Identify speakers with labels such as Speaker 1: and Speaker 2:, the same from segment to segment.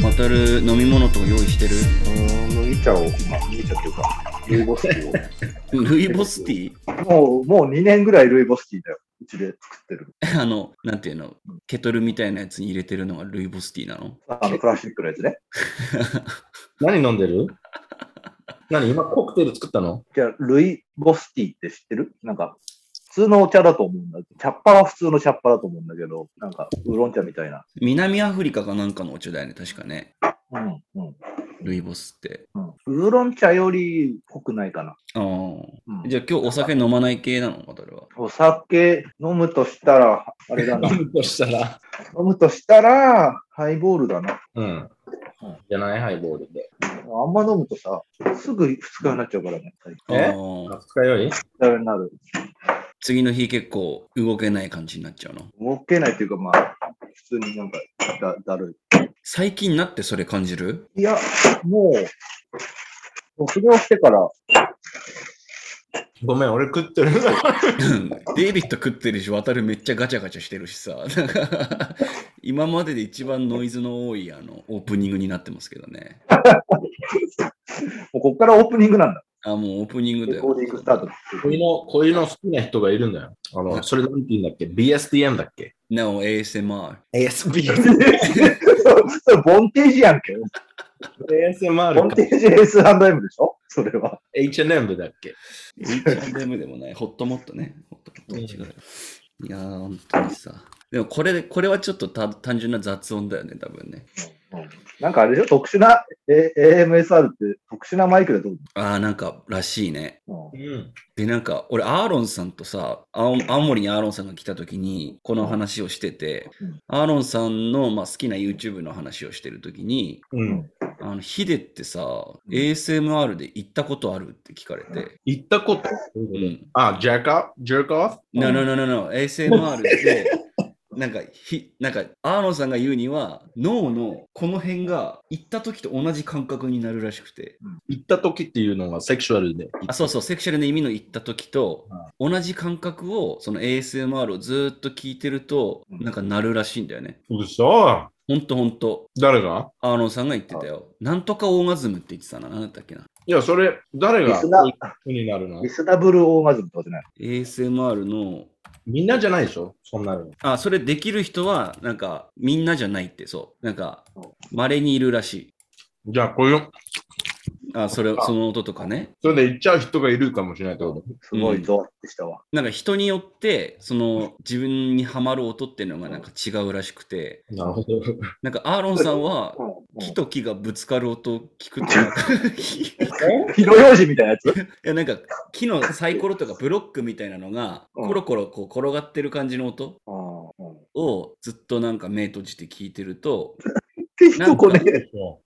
Speaker 1: マタル飲み物とか用意してる
Speaker 2: 麦茶を、まあ、麦茶っていうか、ルイボスティ
Speaker 1: ルイボスティー
Speaker 2: ーを。もう、もう2年ぐらいルイボスティーだよ。うちで作ってる。
Speaker 1: あの、なんていうのケトルみたいなやつに入れてるのがルイボスティーなの
Speaker 2: あの、プラスチックのやつね。
Speaker 3: 何飲んで る何今コクテル作ったの
Speaker 2: じゃあ、ルイボスティーって知ってるなんか、普通のお茶だと思うんだ。茶っ葉は普通の茶っ葉だと思うんだけど、なんか、ウーロン茶みたいな。
Speaker 1: 南アフリカかなんかのお茶だよね、確かね。
Speaker 2: うん、うん、
Speaker 1: ルイボスって。
Speaker 2: うん。ウーロン茶より濃くないかな。
Speaker 1: ああ。
Speaker 2: うん
Speaker 1: じゃあ今日お酒飲まない系なのマタルは。
Speaker 2: お酒飲むとしたら、あれ だな。飲
Speaker 3: そしたら。
Speaker 2: むとしたら、ハイボールだな。
Speaker 3: うん。じゃないハイボールで。
Speaker 2: あんま飲むとさ、すぐ二日酔いになっちゃうからね。最近
Speaker 3: え
Speaker 1: あー
Speaker 3: 二日酔
Speaker 2: 二
Speaker 3: い
Speaker 2: 日酔いになる。
Speaker 1: 次の日結構動けない感じになっちゃうの。
Speaker 2: 動けないというか、まあ、普通になんかだだる
Speaker 1: 最近になってそれ感じる
Speaker 2: い。いや、もう、卒業してから、
Speaker 3: ごめん、俺食 ってる。
Speaker 1: うんデイビッド食ってるし、渡るめっちゃガチャガチャしてるしさ。 なんか今までで一番ノイズの多いあのオープニングになってますけどね。
Speaker 2: もうこっからオープニングなんだ。
Speaker 1: あ、もうオープニングだ
Speaker 2: レ
Speaker 1: よ。
Speaker 2: コーディングスタート。
Speaker 3: こういうの、こういうの好きな人がいるんだよ。あの、それなんて言うんだっけ ?BSDM だっけ
Speaker 1: No, ASMR。
Speaker 3: ?ASBSMR。
Speaker 2: それ、ボンテージやんけ。ボン
Speaker 3: ASMR か
Speaker 2: テージ S&M でしょそれは。
Speaker 3: H&M 部だっけ
Speaker 1: H&M でもない、ホットモットね。ホットモットと違う。いやー、本当にさ。でもこれで、これはちょっとた単純な雑音だよね、多分ね。
Speaker 2: なんかあれでしょ特殊な、え AMSR って特殊なマイクで撮る
Speaker 1: あー、なんか、らしいね。
Speaker 2: の。
Speaker 3: うん。
Speaker 1: で、なんか、俺、アーロンさんとさ、青青森にアーロンさんが来た時に、この話をしてて
Speaker 2: うん、
Speaker 1: アーロンさんの、まあ、好きな YouTube の話をしてる時に、
Speaker 3: うん。
Speaker 1: あの、ヒデってさ、
Speaker 2: ん
Speaker 1: ASMR で行ったことあるって聞かれて、
Speaker 3: 行ったこと
Speaker 1: うん。
Speaker 3: あ、ジャックアップジャックオフ
Speaker 1: No, no, no, no, no. ASMR って、なんか、ひ、なんか、アーロンさんが言うには、脳のこの辺が行った時と同じ感覚になるらしくて。
Speaker 3: 行った時っていうのがセクシュアルで。
Speaker 1: あ、そうそう、セクシャルな意味の行った時と、同じ感覚を、その ASMR をずーっと聞いてると、
Speaker 2: うん
Speaker 1: なんかなるらしいんだよね。
Speaker 3: 嘘
Speaker 1: ほんとほんと。
Speaker 3: 誰が
Speaker 1: アーロンさんが言ってたよ。なんとかオーガズムって言ってたな。なんだったっけな。
Speaker 3: いや、それ、誰
Speaker 2: リ
Speaker 3: が
Speaker 2: スナ
Speaker 3: 気になるの
Speaker 2: リスナブルオーガズムってことじゃない
Speaker 1: ASMR の、
Speaker 3: みんなじゃないでしょそんなの。
Speaker 1: あ、それできる人は、なんか、みんなじゃないって、そう。なんか、稀にいるらしい。
Speaker 3: じゃあ、こういう、
Speaker 1: あ、それ、その音とかね。
Speaker 3: それで行っちゃう人がいるかもしれないってこと
Speaker 2: すごいぞってしたわ。
Speaker 1: なんか人によって、その自分にはまる音っていうのがなんか違うらしくて、
Speaker 3: なるほど。
Speaker 1: なんかアーロンさんは、木と木がぶつかる音を聞くってなんか い
Speaker 2: 広用紙みたいなやつ
Speaker 1: やなんか木のサイコロとかブロックみたいなのがコロコロこう転がってる感じの音をずっとなんか目閉じて聞いてると
Speaker 2: って人こね。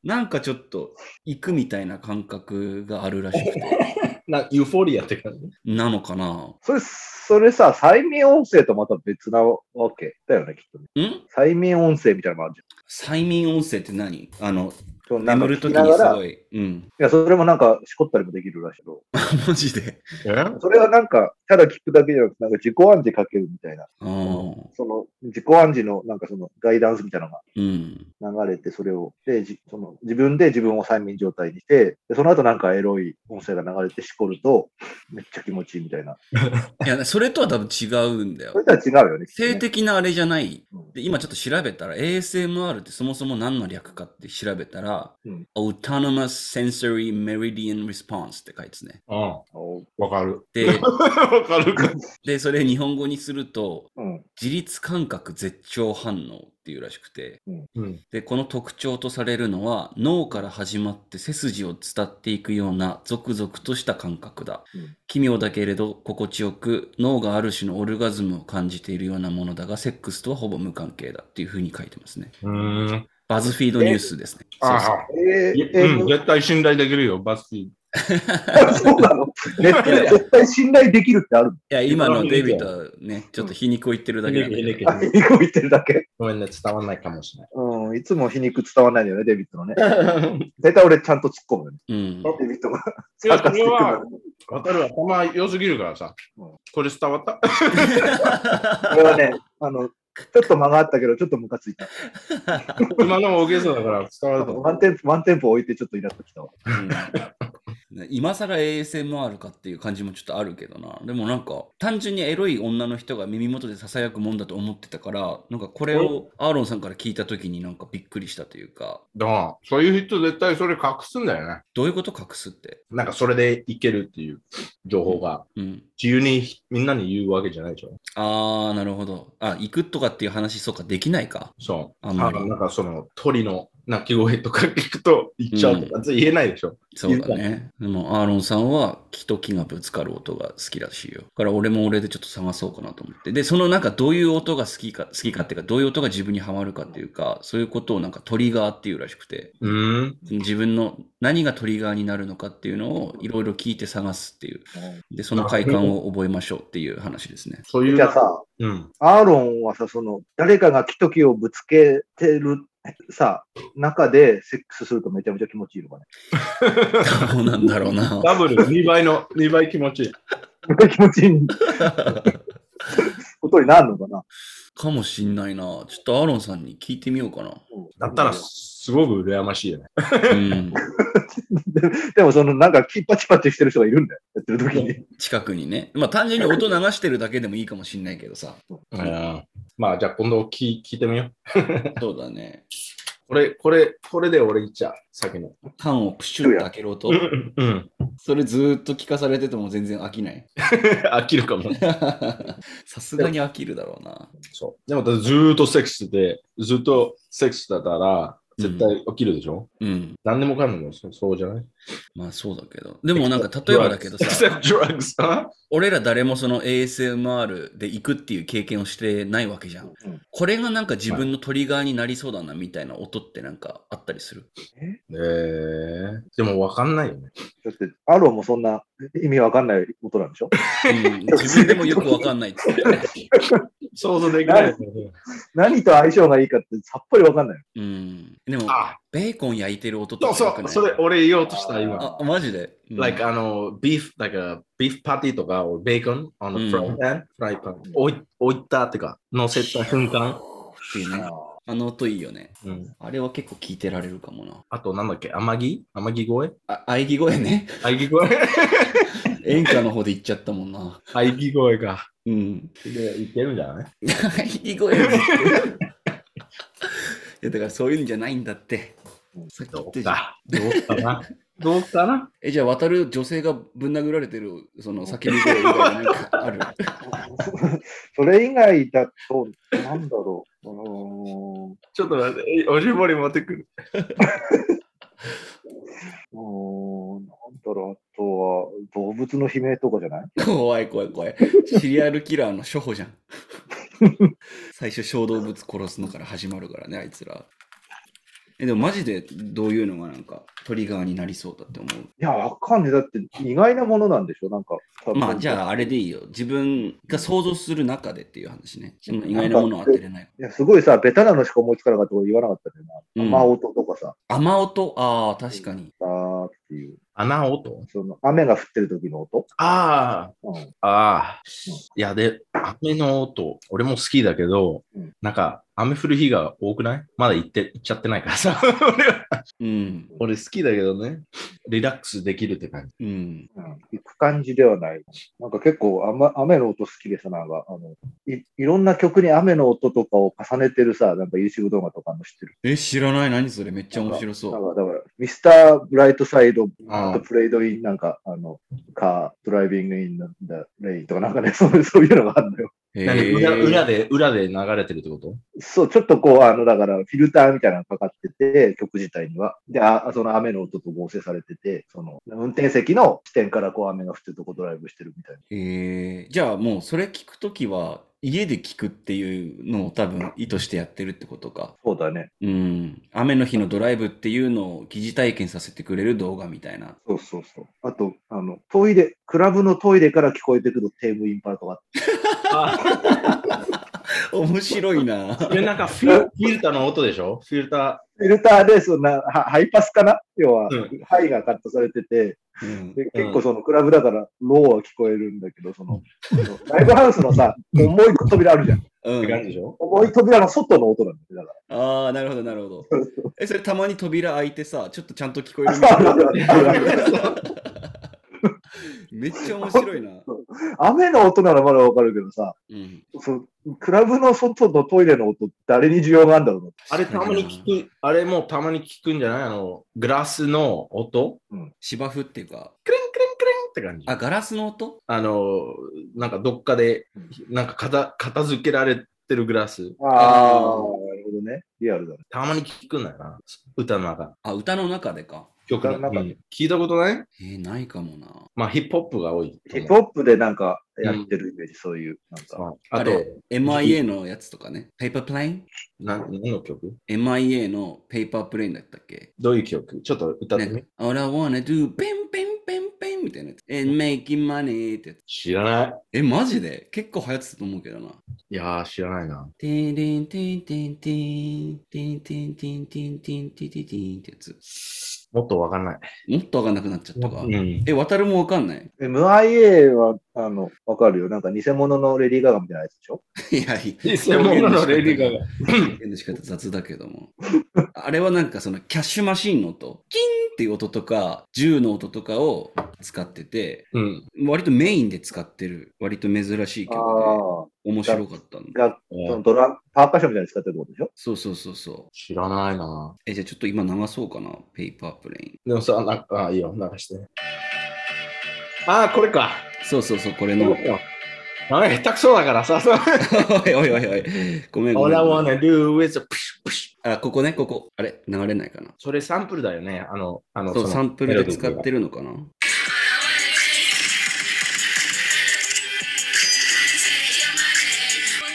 Speaker 1: なんかちょっと行くみたいな感覚があるらしくて
Speaker 3: なユーフォリアって感じ
Speaker 1: なのかな
Speaker 2: それ、それさ、催眠音声とまた別なわけだよね、きっとね。
Speaker 1: ん
Speaker 2: 催眠音声みたいなのもあるじゃん。
Speaker 1: 催眠音声って何あの
Speaker 2: そうなんか
Speaker 1: 眠る
Speaker 2: 聞
Speaker 1: 時
Speaker 2: きな
Speaker 1: に
Speaker 2: が
Speaker 1: す
Speaker 2: ら
Speaker 1: ごい、うん、
Speaker 2: いや、それもなんか、しこったりもできるらしいけど。
Speaker 1: マジで
Speaker 3: え
Speaker 2: それはなんか、ただ聞くだけじゃなくて、なんか自己暗示かけるみたいな。
Speaker 1: うん
Speaker 2: その、自己暗示の、なんかその、ガイダンスみたいなの
Speaker 1: うん。
Speaker 2: が流れて、それを、で、じその、自分で自分を催眠状態にして、で、その後なんかエロい音声が流れてしこると、めっちゃ気持ちいいみたいな。
Speaker 1: いや、それとは多分違うんだよ
Speaker 2: それ。とは違うよね。きっとね
Speaker 1: 性的なあれじゃない。
Speaker 2: うん
Speaker 1: で今ちょっと調べたら ASMR ってそもそも何の略かって調べたら、
Speaker 2: うん
Speaker 1: Autonomous Sensory Meridian Response って書いてますね。
Speaker 3: うん、
Speaker 2: お
Speaker 3: わかる。
Speaker 1: で、
Speaker 3: わかるか。
Speaker 1: でそれ日本語にすると
Speaker 2: うん。
Speaker 1: 自律感覚絶頂反応っていうらしくて、
Speaker 3: うん。
Speaker 1: で、この特徴とされるのは、脳から始まって背筋を伝っていくような、ゾクゾクとした感覚だ。
Speaker 2: うん
Speaker 1: 奇妙だけれど、心地よく、脳がある種のオルガズムを感じているようなものだが、セックスとはほぼ無関係だっていうふうに書いてますね。
Speaker 3: うーん。
Speaker 1: バズフィードニュースですね。そうそう
Speaker 3: あ
Speaker 2: え
Speaker 3: あ。
Speaker 2: ー、
Speaker 3: いうん、
Speaker 2: え
Speaker 3: 絶対信頼できるよ、バスティ。
Speaker 2: ー、 そうなのネットで絶対信頼できるって ある
Speaker 1: いや、今のデイビッドはね、ちょっと皮肉を言ってるだけなんだけど
Speaker 3: 皮肉皮
Speaker 2: の皮肉を言ってるだけ。
Speaker 3: ごめんね、伝わんないかもしれ
Speaker 2: うん、いつも皮肉伝わんないんだよね、デビットのね。
Speaker 3: ない。
Speaker 2: 大体俺ちゃんと突っ込むよね。
Speaker 1: うん。
Speaker 2: デビットが。
Speaker 3: いや、これは、 わかるわ。頭良すぎるからさ
Speaker 2: うん。
Speaker 3: これ伝わった
Speaker 2: これはね、あの、ちょっと間があったけど、ちょっとムカついた。
Speaker 3: 今のも大げさだから伝わると 思
Speaker 2: ワンテンポ、ワンテンポ置いてちょっとイラっときたわ。
Speaker 1: うん今更 ASMR かっていう感じもちょっとあるけどな。でもなんか、単純にエロい女の人が耳元で囁くもんだと思ってたから、なんかこれをアーロンさんから聞いた時になんかびっくりしたというか、
Speaker 3: う。だからそういう人絶対それ隠すんだよね。
Speaker 1: どういうこと隠すって。
Speaker 3: なんかそれでいけるっていう情報が
Speaker 1: うん。
Speaker 3: 自由にみんなに言うわけじゃないでしょ。
Speaker 1: あー、なるほど。あ、行くとかっていう話、そうか、できないか。
Speaker 3: そう。
Speaker 1: あ
Speaker 3: あ
Speaker 1: んまり
Speaker 3: のなんかその鳥の鳴き声とか聞くと行っちゃうとか、言えないでしょ。
Speaker 1: そうだね。でも、アーロンさんは、木と木がぶつかる音が好きらしいよ。だから、俺も俺でちょっと探そうかなと思って。で、そのなんか、どういう音が好きか、好きかっていうか、どういう音が自分にはまるかっていうか、そういうことをなんか、トリガーっていうらしくて、
Speaker 3: うーん。
Speaker 1: 自分の何がトリガーになるのかっていうのを、いろいろ聞いて探すっていう。で、その快感を覚えましょうっていう話です ね。
Speaker 3: そういう。
Speaker 2: じゃあさ、
Speaker 3: うん。
Speaker 2: アーロンはさ、その、誰かが木と木をぶつけてるさ、中でセックスするとめちゃめちゃ気持ちいいの かね。
Speaker 1: どうなんだろうな。
Speaker 3: ダブ ル2倍の、2倍気持ちいい。
Speaker 2: めちゃ気持 ちいいことになるのかな。
Speaker 1: かもしんないな。ちょっとアーロンさんに聞いてみようかな。
Speaker 2: うん
Speaker 3: だったらすごく羨ましいよね。
Speaker 1: うん。
Speaker 2: ででもそのなんかキパチパチしてる人がいるんだよ。やってる時に。
Speaker 1: 近くにね。まあ、単純に音流してるだけでもいいかもしんないけどさ。
Speaker 3: うんまあじゃあ今度聞い聞いてみよう。
Speaker 1: そうだね。
Speaker 3: これ、これ、これで俺行っちゃう。先の。
Speaker 1: 缶をプシュッと開ける音
Speaker 3: う。んうん。
Speaker 1: それずーっと聞かされてても全然飽きない。
Speaker 3: 飽きるかも。
Speaker 1: さすがに飽きるだろうな。
Speaker 3: そう。でも、ずーっとセックスで、ずっとセックスだったら、絶対起きるでしょ、
Speaker 1: うん。
Speaker 3: 何でもかんでもそそうじゃない
Speaker 1: まあそうだけど。でもなんか例えばだけどさ、
Speaker 3: Except drugs. あ
Speaker 1: 俺ら誰もその ASMR で行くっていう経験をしてないわけじゃん。
Speaker 2: うん
Speaker 1: これがなんか自分のトリガーになりそうだなみたいな音ってなんかあったりする。
Speaker 3: えー、でもわかんないよね。
Speaker 2: だって、アーロンもそんな意味わかんないことなんでしょ
Speaker 1: う ん、自分でもよくわかんないって言ってたよね。
Speaker 3: 想像できないよね。
Speaker 2: 何と相性がいいかってさっぱりわかんない。
Speaker 1: うん。でも、
Speaker 3: あ、
Speaker 1: ベーコン焼いてる音とか
Speaker 3: そうそ
Speaker 1: よくな
Speaker 3: う、
Speaker 1: い
Speaker 3: それ俺言おうとした今。
Speaker 1: あ、マジで、うん
Speaker 3: like あの、ビーフ、like a beef patty とか、or bacon on the
Speaker 1: う
Speaker 3: fry
Speaker 1: ん
Speaker 3: pan、フライパン。置い置いたってか、乗せた瞬間。
Speaker 1: っていうね。あの音いいよね。
Speaker 3: うん、
Speaker 1: あれは結構聞いてられるかもな。
Speaker 3: あと、なんだっけ、甘木甘木声
Speaker 1: あ、喘ぎ声ね。
Speaker 3: 喘ぎ声
Speaker 1: 演歌の方で言っちゃったもんな。
Speaker 3: 喘ぎ声が。
Speaker 1: うん。
Speaker 3: で、いけるんじゃない
Speaker 1: 喘ぎ 声。いや、だからそういうんじゃないんだって。さっき言
Speaker 3: ど
Speaker 1: って
Speaker 3: う
Speaker 1: じゃん
Speaker 3: か。どうかな。どうかな。
Speaker 1: え、じゃあ渡る女性がぶん殴られてる、その叫び声みたいななんかある。
Speaker 2: それ以外だと、なんだろう。うーん
Speaker 3: ちょっと待って、おしぼり持ってくる。
Speaker 2: うーんなんだろう。あとは、動物の悲鳴とかじゃない
Speaker 1: 怖い怖い怖い。シリアルキラーの初歩じゃ ん。最初小動物殺すのから始まるからね、あいつら。え、でもマジでどういうのがなんかトリガーになりそうだって思う
Speaker 2: いや、わかんない。だって意外なものなんでしょなんか。
Speaker 1: まあじ
Speaker 2: あ。
Speaker 1: ゃああれでいいよ。自分が想像する中でっていう話ね。その意外なものは当てれない。
Speaker 2: いや、すごいさ、ベタなのしか思いつかなかったこと言わなかったんだよ
Speaker 1: うん
Speaker 2: な。雨音とかさ、
Speaker 1: 雨音ああ、確かに。
Speaker 2: あーっていう。
Speaker 3: 穴音
Speaker 2: その、雨が降ってる時の音。
Speaker 3: あ
Speaker 2: うん。
Speaker 3: あ、ああ。いや、で、雨の音、俺も好きだけど、
Speaker 2: うん
Speaker 3: なんか、雨降る日が多くないまだ行って、行っちゃってないからさ。 俺は
Speaker 1: うん。
Speaker 3: 俺好きだけどね。リラックスできるって感じ。
Speaker 1: うん。
Speaker 2: うん行く感じではない。なんか結構雨雨の音好きでさ、なんかあのい、いろんな曲に雨の音とかを重ねてるさ、なんか YouTube 動画とかも知ってる。
Speaker 1: え、知らない。何それめっちゃ面白
Speaker 2: な。
Speaker 1: そうん
Speaker 2: かだから、ミスターブライトサイド、
Speaker 3: あー
Speaker 2: プレイドイン、なんか、あの、カー、ドライビングインだレインとか、なんかね、 そうそういうのがあるのよ。
Speaker 1: へ
Speaker 3: 何
Speaker 1: ー
Speaker 3: 裏裏で、裏で流れてるってこと
Speaker 2: そう、ちょっとこう、あの、だから、フィルターみたいなのかかってて、曲自体には。で、あその雨の音と合成されてて、その、運転席の視点からこう、雨が降ってるとこドライブしてるみたいな。
Speaker 1: えー、じゃあもうそれ聞くときは家で聞くっていうのを多分意図してやってるってことか。
Speaker 2: そうだね。
Speaker 1: うん。雨の日のドライブっていうのを疑似体験させてくれる動画みたいな。
Speaker 2: そうそうそう。あと、あの、トイレ、クラブのトイレから聞こえてくるテームインパルとか。
Speaker 1: 面白いな。
Speaker 3: え、なんかフィル、フィルターの音でしょフィルタ
Speaker 2: フィルターで、そんな、はハイパスかな要は、
Speaker 3: うん
Speaker 2: ハイがカットされてて、
Speaker 1: うん
Speaker 2: で結構そのクラブだからローは聞こえるんだけど、その、ライブハウスのさ、重い扉あるじゃん。
Speaker 1: うん
Speaker 3: 感じでしょ
Speaker 2: 重い扉の外の音なんだよ、だか
Speaker 1: ああ、なるほど、なるほど。え、それたまに扉開いてさ、ちょっとちゃんと聞こえるみたいな。
Speaker 2: ら。
Speaker 1: めっちゃ面白いな。
Speaker 2: 雨の音ならまだわかるけどさ、
Speaker 1: うん、
Speaker 2: そのクラブの外のトイレの音、誰に需要があるんだろうな。
Speaker 3: あれたまに聞く、あれもたまに聞くんじゃないあの、グラスの音
Speaker 1: 芝生っていうか、
Speaker 3: クリンクリンクリンって感じ。
Speaker 1: あ、
Speaker 3: あ
Speaker 1: ガラスの音
Speaker 3: の、なんかどっかで、なんか片片付けられてるグラス。
Speaker 2: ああ、なる
Speaker 1: あー
Speaker 2: ほどね。リアルだね。
Speaker 3: たまに聞くんだよな。歌の中。
Speaker 1: あ、歌の中でか。
Speaker 3: 曲の
Speaker 2: 歌の中
Speaker 3: 中、うん聞いたことない
Speaker 1: えーないかもな。
Speaker 3: まあ、ヒップホップが多いと
Speaker 2: ヒ
Speaker 3: 思
Speaker 2: ッ
Speaker 3: う。
Speaker 2: プホップでなんかやってるイメージ、そういう、なんか。
Speaker 3: そう
Speaker 1: あ
Speaker 3: あと
Speaker 1: れ、MIA のやつとかね。Paper Plane?
Speaker 3: な何の曲
Speaker 1: MIA の Paper Plane だったっけ
Speaker 3: どういう曲ちょっと歌ってみ、
Speaker 1: ね All I wanna do, ペンペンペンペンみたいなやつ。And making money ってやつ。
Speaker 3: 知らない。
Speaker 1: え、マジで結構流行ってたと思うけどな。
Speaker 3: いやー、知らないな。
Speaker 1: てんてんてんてんてんてんてんてんてんてんてんてんてんってやつ。
Speaker 3: もっとわかんない。
Speaker 1: もっとわかんなくなっちゃったか
Speaker 3: う。ん。
Speaker 1: え、渡るもわかんない
Speaker 2: MIA は、あの、わかるよ。なんか偽物のレディー・ガガみたいなやつでしょ
Speaker 1: いや、いい。
Speaker 3: 偽物のレディーガガ。
Speaker 1: 表現の仕方雑だけども。あれはなんかそのキャッシュマシンの音、キンっていう音とか、銃の音とかを使ってて、
Speaker 3: うん。
Speaker 1: 割とメインで使ってる、割と珍しい曲
Speaker 2: ああ。
Speaker 1: で、面白かったんだ。
Speaker 2: が、そのドラ、パーカッションみたいに使ってるってことでしょ
Speaker 1: そうそうそうそう。
Speaker 3: 知らないな。
Speaker 1: え、じゃあちょっと今流そうかな、ペーパープレイン。
Speaker 3: でもさ、なんか、あいいよ、流して。あー、これか。
Speaker 1: そうそうそう、これ
Speaker 3: こ
Speaker 1: の。
Speaker 3: れかあれ、下手くそだからさ、そう。
Speaker 1: おいおいおいおい。ごめんご
Speaker 3: All
Speaker 1: め
Speaker 3: I
Speaker 1: ん。
Speaker 3: wanna do is a push, push.
Speaker 1: あ、ここね、ここ。あれ、流れないかな。
Speaker 3: それサンプルだよね。あの、あの、
Speaker 1: そう、
Speaker 3: の
Speaker 1: サンプルで使ってるのかな。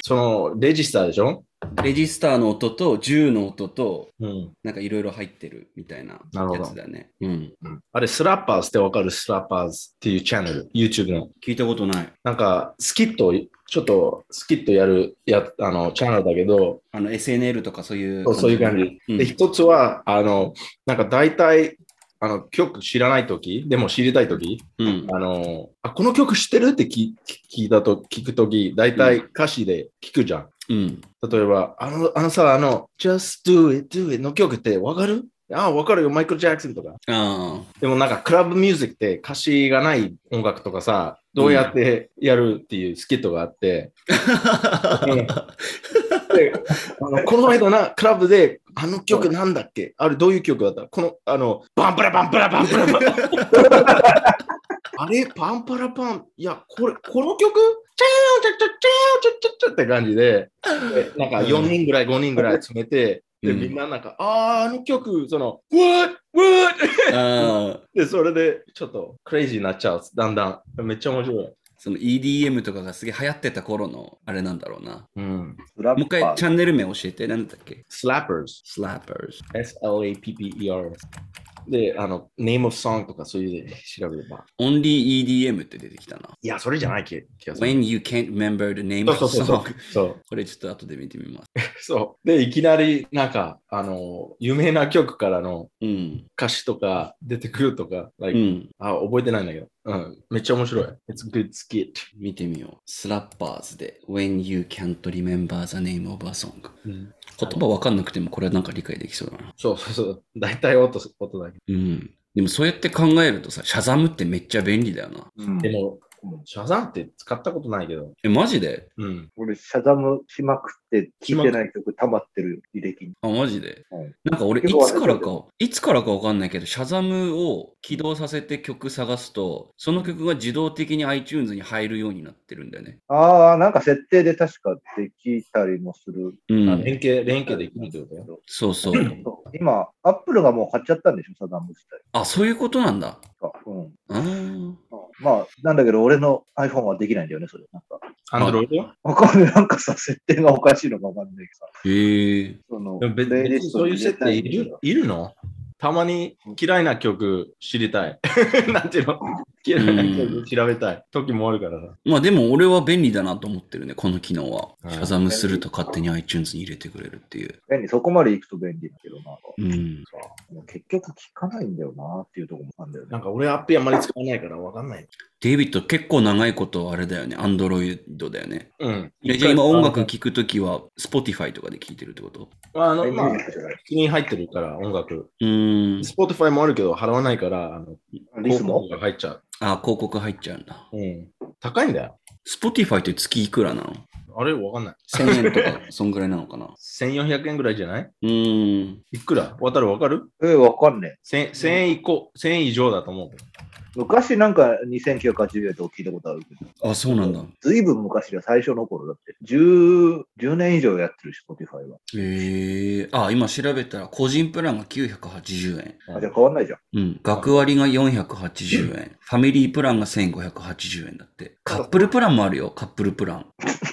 Speaker 3: その、レジスターでしょ
Speaker 1: レジスターの音と銃の音と、
Speaker 3: うん。
Speaker 1: なんかいろいろ入ってるみたいな
Speaker 3: なるほど
Speaker 1: やつだね。うん。
Speaker 3: あれ、スラッパーズってわかるスラッパーズっていうチャンネル、YouTube の。
Speaker 1: 聞いたことない。
Speaker 3: なんか、スキット、ちょっとスキットやる、や、あの、チャンネルだけど、
Speaker 1: あの、SNL とかそういう。
Speaker 3: そうそういう感じ。
Speaker 1: うん
Speaker 3: で、一つは、あの、なんか大体、あの、曲知らないとき、でも知りたいとき、
Speaker 1: うん。
Speaker 3: あの、あ、この曲知ってるって聞聞いたと、聞くとき、大体歌詞で聞くじゃん。
Speaker 1: うん。
Speaker 3: 例えば、あの、あのさ、あの、Just Do It, Do It の曲ってわかるあ、わかるよ、マイクル・ジャクソンとか。
Speaker 1: ああ。
Speaker 3: でもなんか、クラブミュージックって歌詞がない音楽とかさ、どうやってやるっていうスキットがあって、であのこの間な、クラブで、あの曲なんだっけあれどういう曲だったこの、あの、バンプラバンプラバンプラバン。あれパンパラパン。いや、これ、この曲チャーンチャチャチャーンチャチャチャって感じで、でなんか4人ぐらい、5人ぐらい詰めて、で、
Speaker 1: うん
Speaker 3: みんななんか、あー、あの曲、その、What? What?
Speaker 1: ああ。
Speaker 3: で、それで、ちょっと、クレイジーになっちゃう。だんだん。めっちゃ面白い。
Speaker 1: その EDM とかがすげえ流行ってた頃のあれなんだろうな。
Speaker 3: うん。
Speaker 2: スラ
Speaker 1: もう一
Speaker 2: ッパ
Speaker 1: 回
Speaker 2: ー
Speaker 1: チャンネル名教えて。なんだっけ
Speaker 3: Slappers。
Speaker 1: ?Slappers。
Speaker 3: SLAPPER。で、あの、Name of Song とかそういうで調べれば。
Speaker 1: Only EDM って出てきたな。
Speaker 3: いや、それじゃない気気がする。
Speaker 1: When you can't remember the name
Speaker 3: そ
Speaker 1: of the
Speaker 3: うそうそうそう
Speaker 1: song.
Speaker 3: そう
Speaker 1: これちょっと後で見てみます。
Speaker 3: そう。で、いきなり、なんか、あの、有名な曲からの
Speaker 1: うん。
Speaker 3: 歌詞とか出てくるとか、
Speaker 1: う
Speaker 3: like
Speaker 1: ん。
Speaker 3: あ覚えてないんだけど、うん、めっちゃ面白い。It's a good skit.
Speaker 1: 見てみよう。スラッパーズで When you can't remember the name of a song。言葉わかんなくてもこれはなんか理解できそうだな。
Speaker 3: そうそうそう。大体音、音だけ。
Speaker 1: うん。でもそうやって考えるとさ、シャザムってめっちゃ便利だよな。
Speaker 2: うん
Speaker 3: でも
Speaker 2: うん、
Speaker 3: シャザンって使ったことないけど、
Speaker 1: え、マジで
Speaker 3: うん。
Speaker 2: 俺、シャザムしまくって、聴いてない曲溜まってる履歴に。
Speaker 1: あ、マジで、
Speaker 2: はい
Speaker 1: なんか俺、い
Speaker 2: 結構
Speaker 1: つからか、いつからかわかんないけど、シャザムを起動させて曲探すと、その曲が自動的に iTunes に入るようになってるんだよね。
Speaker 2: ああ、なんか設定で確かできたりもする。
Speaker 1: う
Speaker 3: あ
Speaker 1: ん。
Speaker 3: 連携、連携できるってことだよ。
Speaker 1: そうそう。
Speaker 2: そう今、アップルがもう買っちゃったんでしょ、サザン自体
Speaker 1: あ、そういうことなんだ。
Speaker 2: が。うん。
Speaker 1: あー
Speaker 2: まあ、なんだけど、俺の iPhone はできないんだよね、それ。なんか。
Speaker 3: アンドロイド
Speaker 2: わかんない。なんかさ、設定がおかしいのかわかんないけどさ。
Speaker 1: へえ。
Speaker 2: その、
Speaker 3: でも別
Speaker 2: プレイリ
Speaker 3: 別
Speaker 2: ス
Speaker 3: に
Speaker 2: ト
Speaker 3: そう
Speaker 2: に
Speaker 3: いう
Speaker 2: 入れ
Speaker 3: 設
Speaker 2: た
Speaker 3: 定
Speaker 2: い
Speaker 3: い
Speaker 2: んだけど
Speaker 3: るいるのたまに嫌いな曲知りたい。なんていうのきな
Speaker 1: うん
Speaker 3: 曲調べたい時もあるからな。
Speaker 1: まあでも俺は便利だなと思ってるね、この機能は。
Speaker 3: はい
Speaker 1: シャザムすると勝手に iTunes に入れてくれるっていう。
Speaker 2: 便利、そこまで行くと便利だけどな。
Speaker 1: うん。
Speaker 2: もう結局聞かないんだよなっていうところもあるんだよね。
Speaker 3: なんか俺アップあんまり使わないからわかんない。
Speaker 1: デイビッド結構長いことあれだよね、Android だよね。
Speaker 3: うん。
Speaker 1: いやじゃあ今音楽聴くときは Spotify とかで聴いてるってこと
Speaker 3: まあ、あの、
Speaker 2: 便利
Speaker 3: まあ
Speaker 2: な、人じゃない
Speaker 3: 気に入ってるから音楽。
Speaker 1: うーん。
Speaker 3: Spotify もあるけど払わないから、あの、
Speaker 2: リスも
Speaker 3: 広告が入っちゃう。
Speaker 1: あ、広告入っちゃうんだ。
Speaker 3: うん。高いんだよ。
Speaker 1: Spotify って月いくらなの
Speaker 3: あれわかんない。
Speaker 1: ?1000 円とか、そんぐらいなのかな
Speaker 3: 1400円ぐらいじゃないう
Speaker 1: ーん。
Speaker 3: いくら渡るわかる
Speaker 2: えー、わかんねえ。
Speaker 3: 1000 ?1000 円以降、1000円以上だと思う。
Speaker 2: 昔なんか2980円とか聞いたことあるけど、
Speaker 1: あ、そうなんだ。
Speaker 2: ずいぶん昔だ、最初の頃だって。10, 10年以上やってるし、Spotify は。
Speaker 1: へえ。あ、今調べたら個人プランが980円。
Speaker 2: あ、じゃあ変わんないじゃん。
Speaker 1: うん。学割が480円。ファミリープランが1580円だって。カップルプランもあるよ、カップルプラン。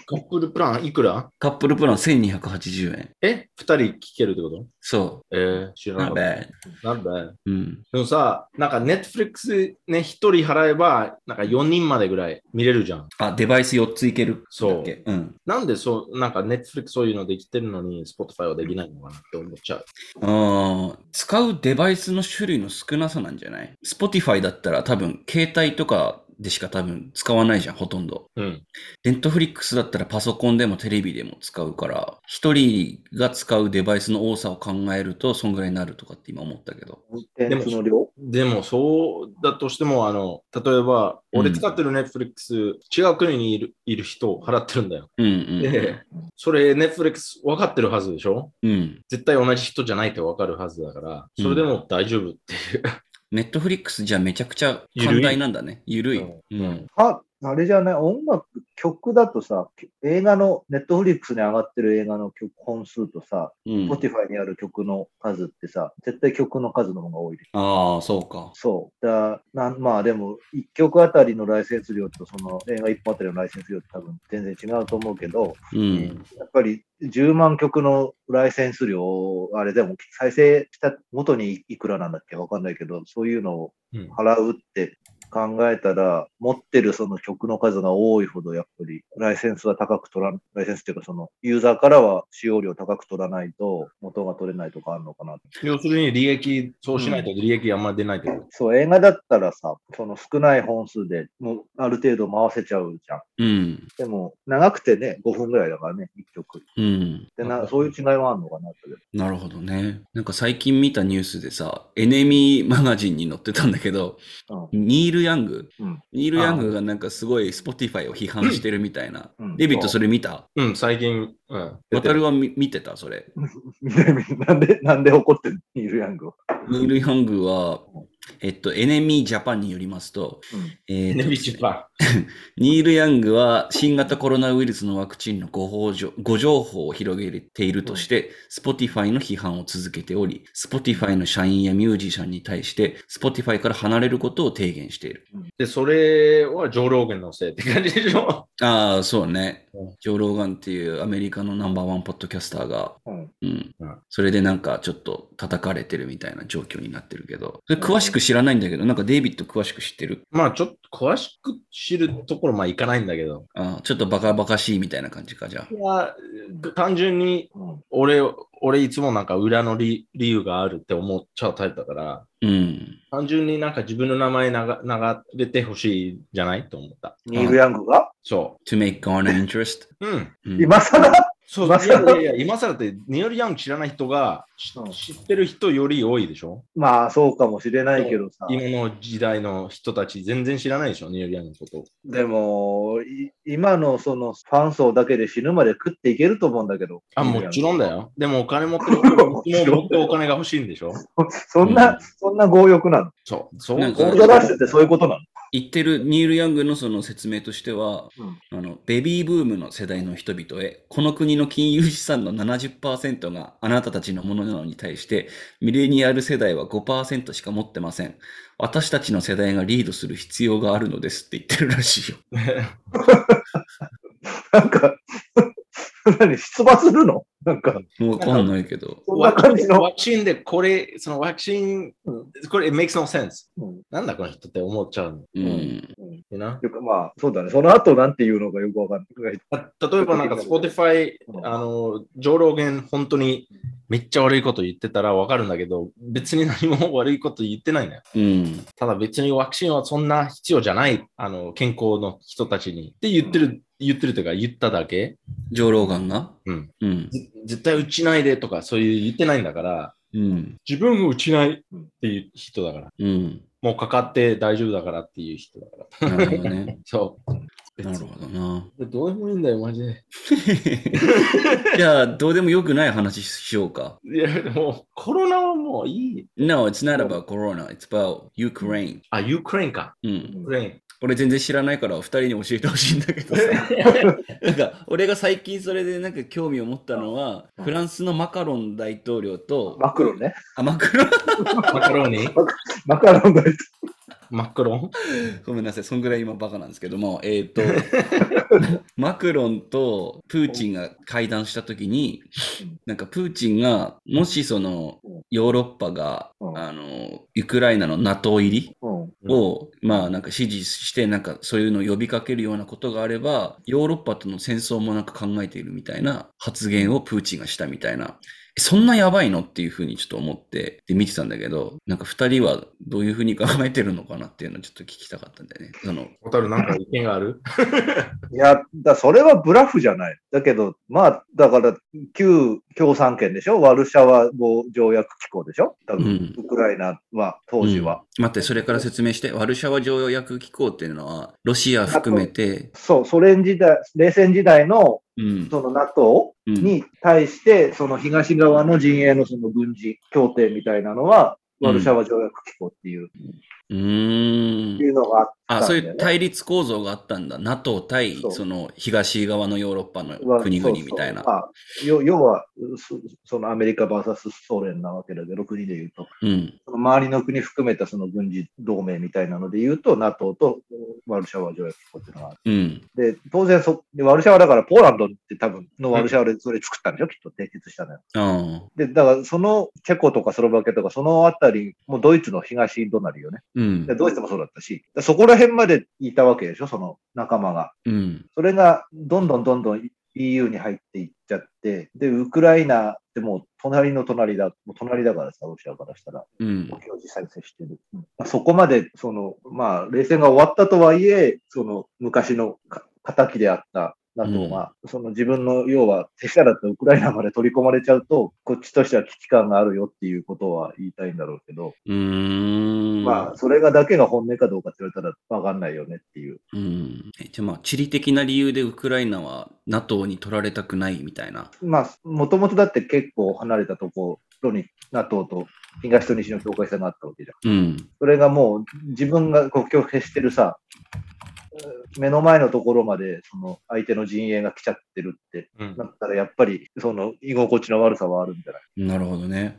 Speaker 3: カップルプランいくら
Speaker 1: カップルプラン1280円。
Speaker 3: え ?2 人聞けるってこと
Speaker 1: そ
Speaker 3: えー、知
Speaker 1: う。な
Speaker 3: らなんかっ
Speaker 1: で
Speaker 3: た。なんで
Speaker 1: うん。
Speaker 3: でもさ、なんか Netflix ね、1人払えば、なんか4人までぐらい見れるじゃん。
Speaker 1: あ、デバイス4ついける。
Speaker 3: そう
Speaker 1: だっけうん。
Speaker 3: なんでそう、なんか Netflix そういうのできてるのに Spotify はできないのかなって思っちゃう。
Speaker 1: あー使うデバイスの種類の少なさなんじゃない ?Spotify だったら多分、携帯とかでしか多分使わないじゃん、ほとんど。
Speaker 3: うん。
Speaker 1: ネットフリックスだったらパソコンでもテレビでも使うから、一人が使うデバイスの多さを考えると、そんぐらいになるとかって今思ったけど。
Speaker 2: コンテンツの量
Speaker 3: でもそうだとしても、あの、例えば、
Speaker 1: うん
Speaker 3: 俺使ってる Netflix、違う国にいるいる人を払ってるんだよ。
Speaker 1: うん
Speaker 3: で、それ Netflix 分かってるはずでしょ
Speaker 1: うん。うん。
Speaker 3: 絶対同じ人じゃないって分かるはずだから、それでも大丈夫っていう。
Speaker 1: ネットフリックスじゃめちゃくちゃ寛大なんだね。ゆるい。
Speaker 3: うん
Speaker 1: うん。
Speaker 2: あ、あれじゃない音楽、曲だとさ、映画の、ネットフリックスに上がってる映画の曲本数とさ、
Speaker 1: うん。
Speaker 2: Spotify にある曲の数ってさ、絶対曲の数の方が多いでしょ
Speaker 1: ああ、そうか。
Speaker 2: そう。だなんまあでも、1曲あたりのライセンス料とその映画1本あたりのライセンス料って多分全然違うと思うけど、
Speaker 1: うん。
Speaker 2: やっぱり10万曲のライセンス料を、あれでも再生した元にいくらなんだっけわかんないけど、そういうのを
Speaker 3: うん
Speaker 2: 払うって考えたら、持ってるその曲の数が多いほど、やっぱりライセンスは高く取らん、ライセンスっていうかそのユーザーからは使用料高く取らないと元が取れないとかあるのかな
Speaker 3: 要するに利益、そうしないと利益あんま出ないってこと。
Speaker 2: そう、映画だったらさ、その少ない本数でもうある程度回せちゃうじゃん。
Speaker 1: うん。
Speaker 2: でも、長くてね、5分ぐらいだからね、1曲。
Speaker 1: うん。
Speaker 2: で
Speaker 3: う
Speaker 2: なんそういう違いはあるのかなって。
Speaker 1: なるほどね。なんか最近見たニュースでさ、エネミーマガジンに載ってたんだけど、
Speaker 2: うん
Speaker 1: ニール・ヤング。
Speaker 2: うん
Speaker 1: ニール・ヤングがなんかすごい Spotify を批判してるみたいな。
Speaker 2: うん
Speaker 1: デビットそれ見た
Speaker 3: うん、最近、うん。出
Speaker 1: 渡
Speaker 3: てる
Speaker 1: るは見見てたそれ。
Speaker 2: なんで、なんで怒ってるニール・ヤングを。
Speaker 1: ニール・ヤングは、えっと、エネミー・ジャパンによりますと、
Speaker 2: う
Speaker 1: えっと
Speaker 3: ネビチパ
Speaker 1: ニール・ヤングは新型コロナウイルスのワクチンの誤報じょ誤情報を広げているとして、Spotify の批判を続けており、Spotify の社員やミュージシャンに対して、Spotify から離れることを提言している。
Speaker 3: で、それは上ローゲンのせいって感じでしょ。
Speaker 1: ああ、そうね
Speaker 3: うん。
Speaker 1: ジョー・ローガンっていうアメリカのナンバーワンポッドキャスターが、
Speaker 2: うん
Speaker 1: うん
Speaker 3: うん。
Speaker 1: それでなんかちょっと叩かれてるみたいな状況になってるけど、それ詳しく知らないんだけど、なんかデイビッド詳しく知ってる
Speaker 3: まあ、ちょっと詳しく知るところまあいかないんだけど、
Speaker 1: ああ、ちょっとバカバカしいみたいな感じか、じゃあ
Speaker 3: い。や単純に
Speaker 2: うん
Speaker 3: 俺、俺いつもなんか裏の理理由があるって思っちゃうタイプだから、
Speaker 1: うん。
Speaker 3: 単純になんか自分の名前なが流れてほしいじゃないと思った。
Speaker 2: ニール・ヤングが
Speaker 3: そ
Speaker 1: to make garner interest.
Speaker 3: う。うん。
Speaker 1: うん
Speaker 2: 今更
Speaker 3: そう
Speaker 2: 今
Speaker 3: いや
Speaker 2: 更
Speaker 3: いやいや、今更って、ニオリヤング知らない人が知
Speaker 2: うん
Speaker 3: 知ってる人より多いでしょ
Speaker 2: まあ、そうかもしれないけどさ。
Speaker 3: 今の時代の人たち全然知らないでしょニオリヤングのこと。
Speaker 2: でも、い今のそのファン層だけで死ぬまで食っていけると思うんだけど。
Speaker 3: あ、もちろんだ
Speaker 2: よ。
Speaker 3: よ。でもお金持ってる 人も
Speaker 2: もちろんだよ
Speaker 3: もっとお金が欲しいんでしょ
Speaker 2: そんな、
Speaker 1: うん
Speaker 2: そんな強欲なの。
Speaker 3: そう。そう。
Speaker 1: なん
Speaker 2: ゴ
Speaker 1: か
Speaker 2: ールドラッシュってそういうことなの。
Speaker 1: 言ってるニール・ヤングのその説明としては、
Speaker 2: うん
Speaker 1: あのベビーブームの世代の人々へこの国の金融資産の70%があなたたちのものなのに対してミレニアル世代は5%しか持ってません私たちの世代がリードする必要がある のですって言ってるらしいよ
Speaker 2: なんか、 何出馬するのなんか、
Speaker 1: わかんないけど。
Speaker 2: そんな感じの。
Speaker 3: ワクチンでこれ、そのワクチン、
Speaker 2: うん
Speaker 3: これ、it makes no sense。
Speaker 2: うん
Speaker 3: なんだこの人って思っちゃうの。
Speaker 1: う。
Speaker 2: うん
Speaker 3: you know？
Speaker 2: よくまあ、そうだね。その後なんて言うのかよくわかんない。
Speaker 3: た例えばなんか Spotify、
Speaker 2: うん
Speaker 3: あの、上ローゲン本当にめっちゃ悪いこと言ってたらわかるんだけど、別に何も悪いこと言ってないのよ。
Speaker 1: うん。
Speaker 3: ただ別にワクチンはそんな必要じゃない、あの、健康の人たちにって言ってる、言ってるというか言っただけ。
Speaker 1: 上老眼が
Speaker 3: うん。
Speaker 1: うん。
Speaker 3: ぜ絶対打ちないでとかそういう言ってないんだから、
Speaker 1: うん。
Speaker 3: 自分を打ちないっていう人だから。
Speaker 1: うん。
Speaker 3: もうかかって大丈夫だからっていう人だから。
Speaker 1: なるほど ね。
Speaker 3: そう。
Speaker 1: なるほどな。
Speaker 3: 別にどうでもいいんだよ、マジで。
Speaker 1: じゃあ、どうでもよくない話しようか。
Speaker 3: いや、でもコロナはもういい。
Speaker 1: No, it's not about corona. It's about Ukraine.
Speaker 3: あ、ユクレーンか。
Speaker 1: うん。
Speaker 3: ユクレーン。
Speaker 1: 俺全然知らないから、二人に教えてほしいんだけ どさ。なんか、俺が最近それでなんか興味を持ったのは、
Speaker 2: うん
Speaker 1: フランスのマカロン大統領と、
Speaker 2: マクロンね。
Speaker 1: あ、マクロン
Speaker 3: マカロニ
Speaker 2: マカロン大
Speaker 3: マクロン
Speaker 1: ごめんなさい、そんぐらい今バカなんですけども、えっ、 と、マクロンとプーチンが会談した時に
Speaker 2: うん、
Speaker 1: なんかプーチンが、もしその
Speaker 2: うん、
Speaker 1: ヨーロッパが
Speaker 2: う、ん
Speaker 1: あの、ウクライナの NATO 入り
Speaker 2: 統
Speaker 1: を、まあなんか支持して、なんかそういうのを呼びかけるようなことがあれば、ヨーロッパとの戦争もなんか考えているみたいな発言をプーチンがしたみたいな。えそんなやばいのっていうふうにちょっと思って、で見てたんだけど、なんか二人はどういうふうに考えてるのかなっていうのをちょっと聞きたかったんだよね。その、
Speaker 3: 小樽なんか意見がある
Speaker 2: うん。いや、だそれはブラフじゃない。だけど、まあ、だから、旧共産圏でしょワルシャワ条約機構でしょ多分、
Speaker 1: う
Speaker 2: ウクライナは、当時は。
Speaker 1: うん待って、それから説明して、ワルシャワ条約機構っていうのは、ロシア含めて、
Speaker 2: そう、ソ連時代、冷戦時代の、
Speaker 1: うん。
Speaker 2: その NATO
Speaker 1: うん、
Speaker 2: に対して、その東側の陣営のその軍事協定みたいなのは、ワルシャワ条約機構っていう、
Speaker 1: うーん
Speaker 2: って。いうのがあったん
Speaker 1: あ、
Speaker 2: だ
Speaker 1: そうい
Speaker 2: よね
Speaker 1: う対立構造があったんだ。NATO 対
Speaker 2: そ
Speaker 1: そうの東側のヨーロッパの
Speaker 2: は
Speaker 1: 国々みたいな
Speaker 2: そうそう。まあ、よ要はそ、そのアメリカ VS ソ連なわけだけど、国で言うと、
Speaker 1: うん。
Speaker 2: その周りの国含めたその軍事同盟みたいなので言うと、NATO とワルシャワ条約機構っていうのがある。
Speaker 1: うん。
Speaker 2: で、当然そ、でワルシャワだから、ポーランドって多分のワルシャワでそれ作ったんでしょ、きっと提出したのよ。
Speaker 1: ああ。
Speaker 2: で、だからそのチェコとかスロバキアとか、そのあたり、もうドイツの東隣よね。
Speaker 1: うん
Speaker 2: で。ドイツもそうだったし、でそこら辺までいたわけでしょ、その仲間が。
Speaker 1: うん。
Speaker 2: それがどんどんどんどん EU に入っていっちゃって、で、ウクライナってもう隣の隣だ、もう隣だからさ、ロシアからしたら、
Speaker 1: うん。
Speaker 2: 国を再生してる。うんまあそこまで、その、まあ、冷戦が終わったとはいえ、その、昔のか敵であった、などが、その自分の、要は、手下だったウクライナまで取り込まれちゃうと、こっちとしては危機感があるよっていうことは言いたいんだろうけど、
Speaker 1: うーん。
Speaker 2: まあ、それがだけが本音かどうかって言われたらわかんないよねっていう。
Speaker 1: うん。えじゃあまあ、地理的な理由でウクライナは NATO に取られたくないみたいな。
Speaker 2: まあ、もともとだって結構離れたところに NATO と東と西の境界線があったわけじゃん。
Speaker 1: うん。
Speaker 2: それがもう自分が国境を消してるさ、うん目の前のところまでその相手の陣営が来ちゃってるって
Speaker 3: うん
Speaker 2: なったらやっぱりその居心地の悪さはあるんじゃない
Speaker 1: なるほどね。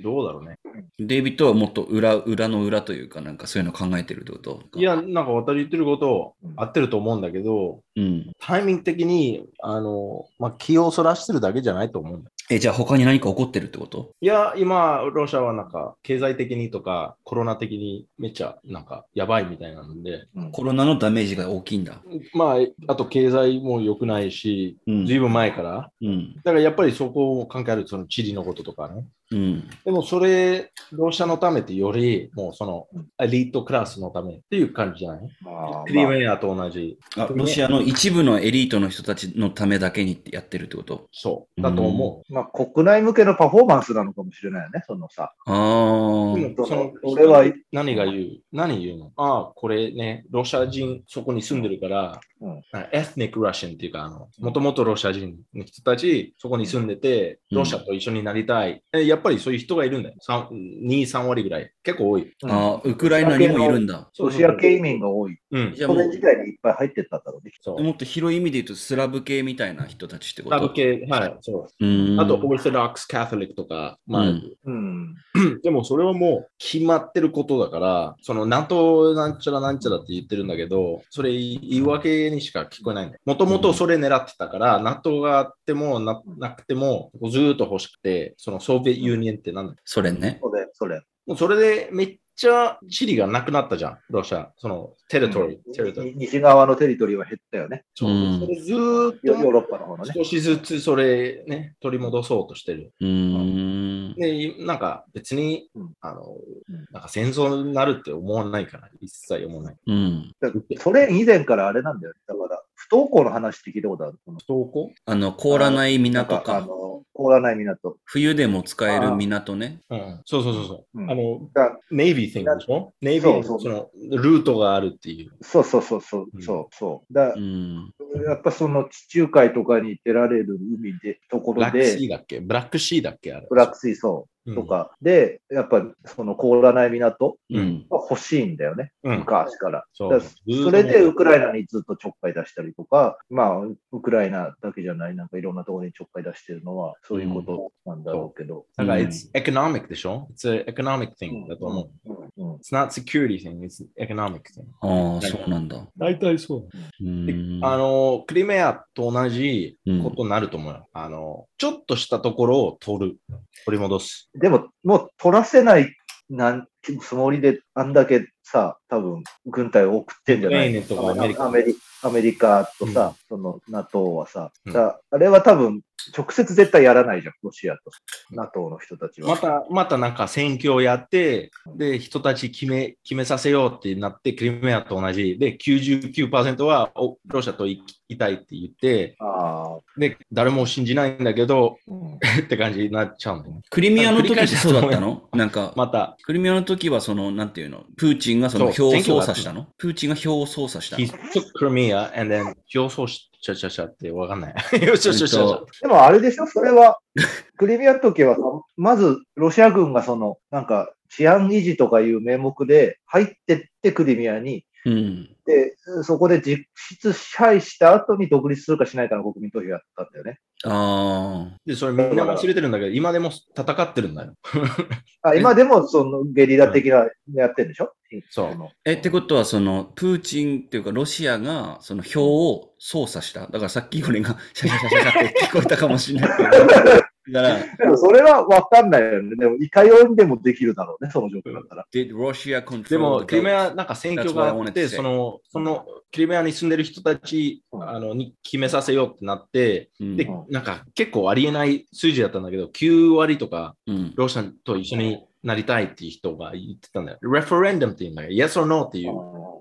Speaker 3: どうだろうね。
Speaker 1: デイビッドはもっと裏、裏の裏というか、なんかそういうの考えてるってこと
Speaker 3: い、や、なんか渡り言ってること合ってると思うんだけど、
Speaker 1: うん。
Speaker 3: タイミング的に、あの、まあ、気をそらしてるだけじゃないと思うんだ。
Speaker 1: え、じゃあ他に何か起こってるってこと
Speaker 3: いや、今、ロシアはなんか、経済的にとか、コロナ的にめっちゃ、なんか、やばいみたいなんで、
Speaker 1: コロナのダメージが大きいんだ。
Speaker 3: まあ、あと経済も良くないし、
Speaker 1: うん
Speaker 3: ずいぶん前から、
Speaker 1: うん。
Speaker 3: だからやっぱりそこを考える、その地理のこととかね。
Speaker 1: うん。
Speaker 3: でもそれ、ロシアのためってより、もうその
Speaker 2: うん、
Speaker 3: エリートクラスのためっていう感じじゃない
Speaker 2: まあ、
Speaker 3: クリ
Speaker 2: まあ
Speaker 3: ミアと同じ。
Speaker 1: あ、ロシアの一部のエリートの人たちのためだけにやってるってこと
Speaker 3: そう。だと思
Speaker 2: まあ、国内向けのパフォーマンスなのかもしれないよね、そのさ。
Speaker 1: あ
Speaker 3: う。
Speaker 1: あ。
Speaker 3: でもその
Speaker 2: 俺は
Speaker 3: 何が言う何言うのああ、これね、ロシア人、そこに住んでるから
Speaker 2: うん、
Speaker 3: エスニック・ラシンっていうか、あのもともとロシア人の人たち、そこに住んでて、
Speaker 1: うん
Speaker 3: ロシアと一緒になりたい。えやっぱりそういう人がいるんだよ。さん2、3割ぐらい。結構多い。
Speaker 1: あーウクライナにもいるんだ。
Speaker 2: ロシア系移民が多い。
Speaker 3: うん。
Speaker 1: じゃあ
Speaker 2: ソ
Speaker 1: も
Speaker 2: 連
Speaker 1: う
Speaker 2: 時代にいっぱい入ってったんだろうね。
Speaker 3: そう。
Speaker 1: もっと広い意味で言うとスラブ系みたいな人たちってこ
Speaker 3: ラ
Speaker 1: と
Speaker 3: ブ系、はい、そ
Speaker 1: う
Speaker 3: う。
Speaker 1: ーん
Speaker 3: あとと
Speaker 1: うん
Speaker 3: オーソドックス・カトリックとか、まあ、
Speaker 1: うん
Speaker 2: うん。
Speaker 3: でもそれはもう決まってることだから、その NATO なんちゃらなんちゃらって言ってるんだけど、それ言い訳にしか聞こえないんだよ。もともとそれ狙ってたから、NATO があってもななくてもずーっと欲しくて、そのソビエトユニエンってなんだ
Speaker 1: それね。
Speaker 2: それ、それ。
Speaker 3: もうそれでめっちゃ地理がなくなったじゃん、ロシア。そのテリトリー、テリトリー。
Speaker 2: に西側のテリトリーは減ったよね。
Speaker 3: そう
Speaker 1: うん
Speaker 3: それずーっ
Speaker 2: ヨヨー
Speaker 3: と
Speaker 2: ロッパの方のね。
Speaker 3: 少しずつそれね、取り戻そうとしてる。
Speaker 1: うーん。
Speaker 3: で、なんか別に
Speaker 2: うん、
Speaker 3: あの
Speaker 2: ん、
Speaker 3: なんか戦争になるって思わないから、一切思わない。
Speaker 1: うん。
Speaker 2: だからそれ以前からあれなんだよね。だから、不登校の話って聞いたことある。この
Speaker 3: 投稿
Speaker 1: あの、凍らない港
Speaker 2: なんあ
Speaker 1: か。
Speaker 2: の、凍らない港。
Speaker 1: 冬でも使える港ね。
Speaker 3: うん。そうそうそうそう、
Speaker 2: うん
Speaker 3: あの、
Speaker 2: だ
Speaker 3: ネイビー thing でしょネイビ
Speaker 2: そ
Speaker 3: ー
Speaker 2: うそう
Speaker 3: そのルートがあるっていう。
Speaker 2: そうそうそうそうう、
Speaker 3: ん
Speaker 2: そう、そう。だ
Speaker 1: うん。
Speaker 2: やっぱその地中海とかに出られる海で、とこ
Speaker 3: ブラ
Speaker 2: ろ
Speaker 3: ック
Speaker 2: で、
Speaker 3: シーだっけブラックシーだっけあれ。
Speaker 2: ブラック水槽
Speaker 3: うん
Speaker 2: と。かで、やっぱその凍らない港
Speaker 1: うん。
Speaker 2: は欲しいんだよね、
Speaker 3: うん。
Speaker 2: 昔から。
Speaker 3: そう
Speaker 2: だからそれでウクライナにずっとちょっかい出したりとか、まあ、ウクライナだけじゃない、なんかいろんなところにちょっかい出してるのは、そういうことなんだろうけど。
Speaker 3: だから、
Speaker 1: うん
Speaker 3: it's economic でしょ ?it's an economic thing だと思う。
Speaker 2: うんうん
Speaker 3: It's not security thing, it's economic thing.
Speaker 1: ああ、そうなんだ。
Speaker 3: 大体そう。
Speaker 1: うーん。
Speaker 3: あの、クリミアと同じ
Speaker 1: うん
Speaker 3: ことになると思うよ。あの、ちょっとしたところを取る。取り戻す。
Speaker 2: でも、もう取らせないなんつもりで、あんだけさ、多分軍隊を送ってんじゃな
Speaker 3: ウクライ
Speaker 2: い
Speaker 3: ナとかアメリカ
Speaker 2: アメリアメリカとさ、その NATO はさ、
Speaker 3: うん
Speaker 2: だあれは多分、直接絶対やらないじゃん、ロシアと NATO の人たちは。
Speaker 3: また、またなんか選挙をやって、で、人たち決め、決めさせようってなって、クリミアと同じ。で、99%はおロシアと行きたいって言って、
Speaker 2: ああ、
Speaker 3: で、誰も信じないんだけど、
Speaker 2: うん
Speaker 3: って感じになっちゃうんだよね。
Speaker 1: クリミアの時ってそうだったのなんか、
Speaker 3: また、
Speaker 1: クリミアの時はその、なんていうのプーチンがその
Speaker 3: そう
Speaker 1: 票を操作したのプーチンが票を操作した
Speaker 3: he
Speaker 1: の
Speaker 3: took Crimea and then 競争しちゃちゃちゃってわかんない。 よしよしよし
Speaker 1: えっ
Speaker 3: よ
Speaker 1: と
Speaker 3: し。
Speaker 2: でもあれでしょ、それは、クリミアの時はさ、まずロシア軍がその、なんか治安維持とかいう名目で入ってってクリミアに、
Speaker 1: うん。
Speaker 2: で、そこで実質支配した後に独立するかしないかの国民投票やったんだよね。
Speaker 1: ああ。
Speaker 3: で、それみんな忘れてるんだけど、今でも戦ってるんだよ。
Speaker 2: あ今でもそのゲリラ的なのやってるんでしょ、
Speaker 3: そう
Speaker 2: の
Speaker 1: え、ってことは、その、プーチンっていうか、ロシアが、その票を操作した。だからさっき俺が、 シャシャシャシャシャって聞こえたかもしれないけど。だから、
Speaker 2: でもそれは分かんないよね。でも、いかようにでもできるだろうね、その状況だったら。
Speaker 1: did Russia control
Speaker 3: でも、
Speaker 1: the
Speaker 3: クリミア、なんか選挙があ
Speaker 1: That's what I wanted to
Speaker 3: って、
Speaker 1: say.
Speaker 3: その、その、クリミアに住んでる人たち
Speaker 2: うん
Speaker 3: あのに決めさせようってなって、
Speaker 1: うん
Speaker 3: で
Speaker 2: うん、
Speaker 3: なんか結構ありえない数字だったんだけど、9割とか、
Speaker 1: うん。
Speaker 3: ロシアと一緒になりたいっていう人が言ってたんだよ。レフェレンダムっていうんだよ。Yes or No っていう。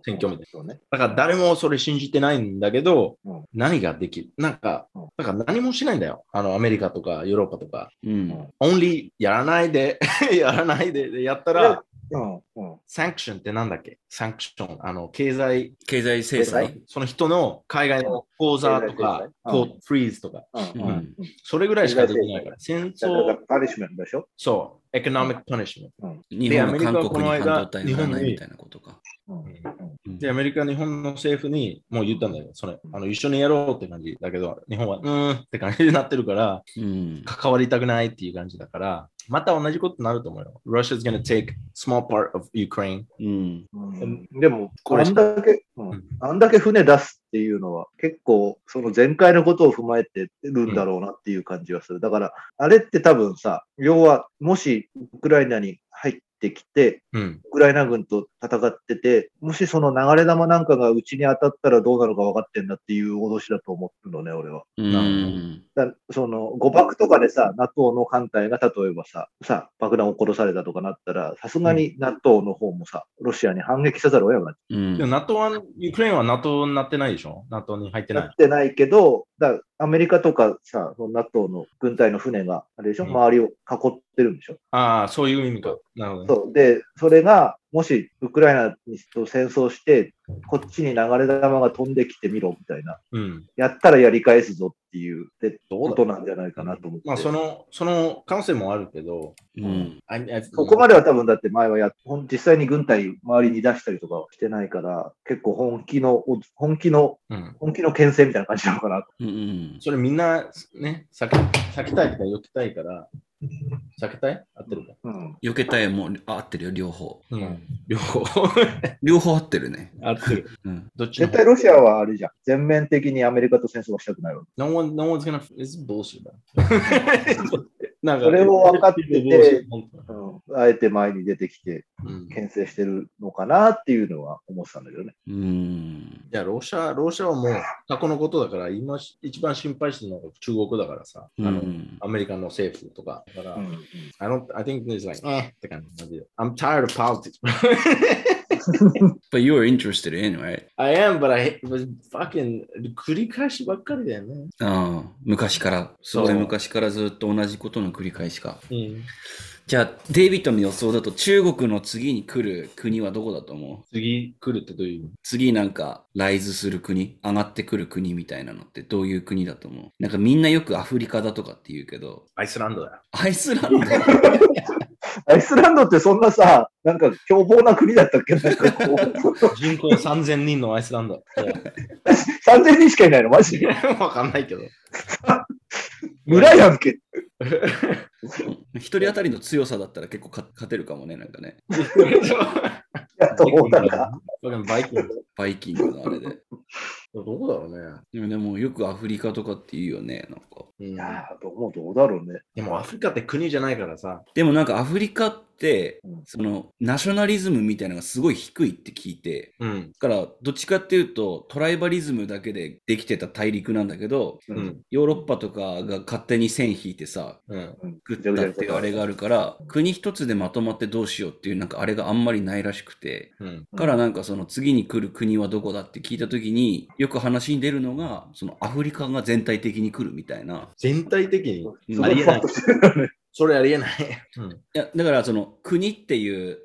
Speaker 3: 選挙みたい
Speaker 2: そうね。
Speaker 3: だから誰もそれ信じてないんだけど、
Speaker 2: うん
Speaker 3: 何ができるなんか
Speaker 2: うん、
Speaker 3: だから何もしないんだよ。あの、アメリカとかヨーロッパとか。
Speaker 1: うん。
Speaker 3: only やらないで、 やらないで、でやった
Speaker 2: いや
Speaker 3: ら、
Speaker 2: うんうん
Speaker 3: サンクションってなんだっけサンクション、あの、経済、
Speaker 1: 経済制裁
Speaker 3: その人の海外の口座とか、
Speaker 2: うん
Speaker 3: コートフリーズとか、
Speaker 2: うん
Speaker 1: う
Speaker 2: うんん。
Speaker 3: それぐらいしかできないから。戦
Speaker 2: だから
Speaker 3: 争、
Speaker 2: パニッシュメントでしょ
Speaker 3: そう、エコノミックパニッシュメン
Speaker 1: 日本が韓
Speaker 3: でアメリカはこ
Speaker 1: 国
Speaker 3: の
Speaker 1: に
Speaker 3: 間
Speaker 1: 半導体を売らない
Speaker 3: 日本に
Speaker 1: みたいなことか。
Speaker 2: うん
Speaker 3: ト。で、アメリカ、日本の政府にもう言ったんだよ。それ、あの、一緒にやろうって感じだけど、日本は、うーんって感じになってるから、
Speaker 1: うん。
Speaker 3: 関わりたくないっていう感じだから、また同じことになると思うよ。Russia's gonna take small part of Ukraine.
Speaker 1: うん。
Speaker 2: うんでも、
Speaker 3: これ
Speaker 2: あんだけ、うん
Speaker 3: うん
Speaker 2: あんだけ船出すっていうのは、結構、その前回のことを踏まえてるんだろうなっていう感じはする。だから、あれって多分さ、要は、もしウクライナに入ってきて、
Speaker 3: うん。
Speaker 2: ウクライナ軍と戦ってて、もしその流れ弾なんかがうちに当たったらどうなるか分かってんだっていう脅しだと思うのね、俺は。
Speaker 1: うん。
Speaker 2: だその誤爆とかでさ、NATO の艦隊が例えばさ、さ爆弾を殺されたとかなったら、さすがに NATO の方もさ、ロシアに反撃せざるを得なくなっちゃう
Speaker 1: うん
Speaker 3: でも NATO は、ウクライナは NATO になってないでしょ ?NATO に入って
Speaker 2: な
Speaker 3: ない
Speaker 2: っ。てないけど、だアメリカとかさ、その NATO の軍隊の船が、あれでしょ、
Speaker 3: うん
Speaker 2: 周りを囲ってるんでしょ、
Speaker 3: ああ、そういう意味か。なるほどね。
Speaker 2: そう。で、それがもしウクライナにと戦争して、こっちに流れ弾が飛んできてみろみたいな、
Speaker 3: うん。
Speaker 2: やったらやり返すぞっていうで
Speaker 3: ど
Speaker 2: こ
Speaker 3: うだ
Speaker 2: となんじゃないかなと思って。
Speaker 3: まあ、その、その可能性もあるけど、
Speaker 1: うん。
Speaker 3: ああ
Speaker 2: ここまでは多分だって前はやっほん実際に軍隊周りに出したりとかはしてないから、結構本気の、お本気の、
Speaker 3: うん。
Speaker 2: 本気の牽制みたいな感じなのかなと。
Speaker 1: うんうん。
Speaker 3: それみんな、ね、避け避けたいとか避けたいから、避けたい合ってるか。
Speaker 2: うん。
Speaker 1: 避けたいもあ合ってるよ、両方。
Speaker 3: うん。両方。
Speaker 1: 両方合ってるね。
Speaker 3: 合ってる。
Speaker 1: うん。
Speaker 3: どっちの
Speaker 2: 絶
Speaker 3: 方
Speaker 2: 対ロシアはあれじゃん。全面的にアメリカと戦争はしたくないわけ。
Speaker 3: No one, no one's gonna, it's bullshit, man. なんか
Speaker 2: それを分かってて
Speaker 3: bullshit 本当
Speaker 2: うん。あえて前に出てきて、
Speaker 3: うん
Speaker 2: 牽制してるのかなっていうのは思ってたんだけどね。
Speaker 1: うん。
Speaker 3: いや、ロシア、ロシアはもう過去のことだから、今し一番心配してるのが中国だからさ、
Speaker 1: う
Speaker 3: あの
Speaker 1: ん。
Speaker 3: アメリカの政府とか。だから、
Speaker 2: うん
Speaker 3: I don't, I think there's like, eh って感じマジで。I'm tired of politics.
Speaker 1: But you're interested anyway.
Speaker 3: I am, but I hate, but fucking 繰り返しばっかりだよね。
Speaker 1: ああ、昔から。すご
Speaker 3: そ
Speaker 1: いう昔からずっと同じことの繰り返しか。
Speaker 3: うん、
Speaker 1: じゃあ、デイビッドの予想だと中国の次に来る国はどこだと思う
Speaker 3: 次来るってどういう意味
Speaker 1: 次なんか、ライズする国、上がってくる国みたいなのってどういう国だと思うなんかみんなよくアフリカだとかって言うけど、
Speaker 3: アイスランドだよ。
Speaker 1: アイスランド
Speaker 2: アイスランドってそんなさ、なんか凶暴な国だったっけなんかこう
Speaker 3: 人口3000人のアイスランド。
Speaker 2: 3000人しかいないのマジで。
Speaker 3: わかんないけど。
Speaker 2: 村 やんけ。
Speaker 1: 一人当たりの強さだったら結構か勝てるかもね、なんかね。
Speaker 2: やっと思ったんだ。
Speaker 3: Fucking Vikings
Speaker 1: バイキングのあれで。
Speaker 3: どこだろうね。
Speaker 1: でもでもよくアフリカとかって言うよね、なんか。
Speaker 3: うん
Speaker 2: いやー、どうどうだろうね。
Speaker 3: でもアフリカって国じゃないからさ。
Speaker 1: でもなんかアフリカって
Speaker 2: うん、
Speaker 1: その、ナショナリズムみたいなのがすごい低いって聞いて、
Speaker 3: うん。
Speaker 1: だから、どっちかっていうと、トライバリズムだけでできてた大陸なんだけど、
Speaker 2: う
Speaker 3: うん。
Speaker 1: ヨーロッパとかが勝手に線引いてさ、
Speaker 3: うん。
Speaker 2: うん
Speaker 1: 食ったっていうあれがあるから、国一つでまとまってどうしようっていう、なんかあれがあんまりないらしくて、
Speaker 3: うん。
Speaker 1: からなんかその次に来る国はどこだって聞いたときに、よく話に出るのが、そのアフリカが全体的に来るみたいな。
Speaker 3: 全体的に。
Speaker 2: すごいふわっとしてるよね。
Speaker 3: それありえない。うん。
Speaker 1: いや、だからその国っていう、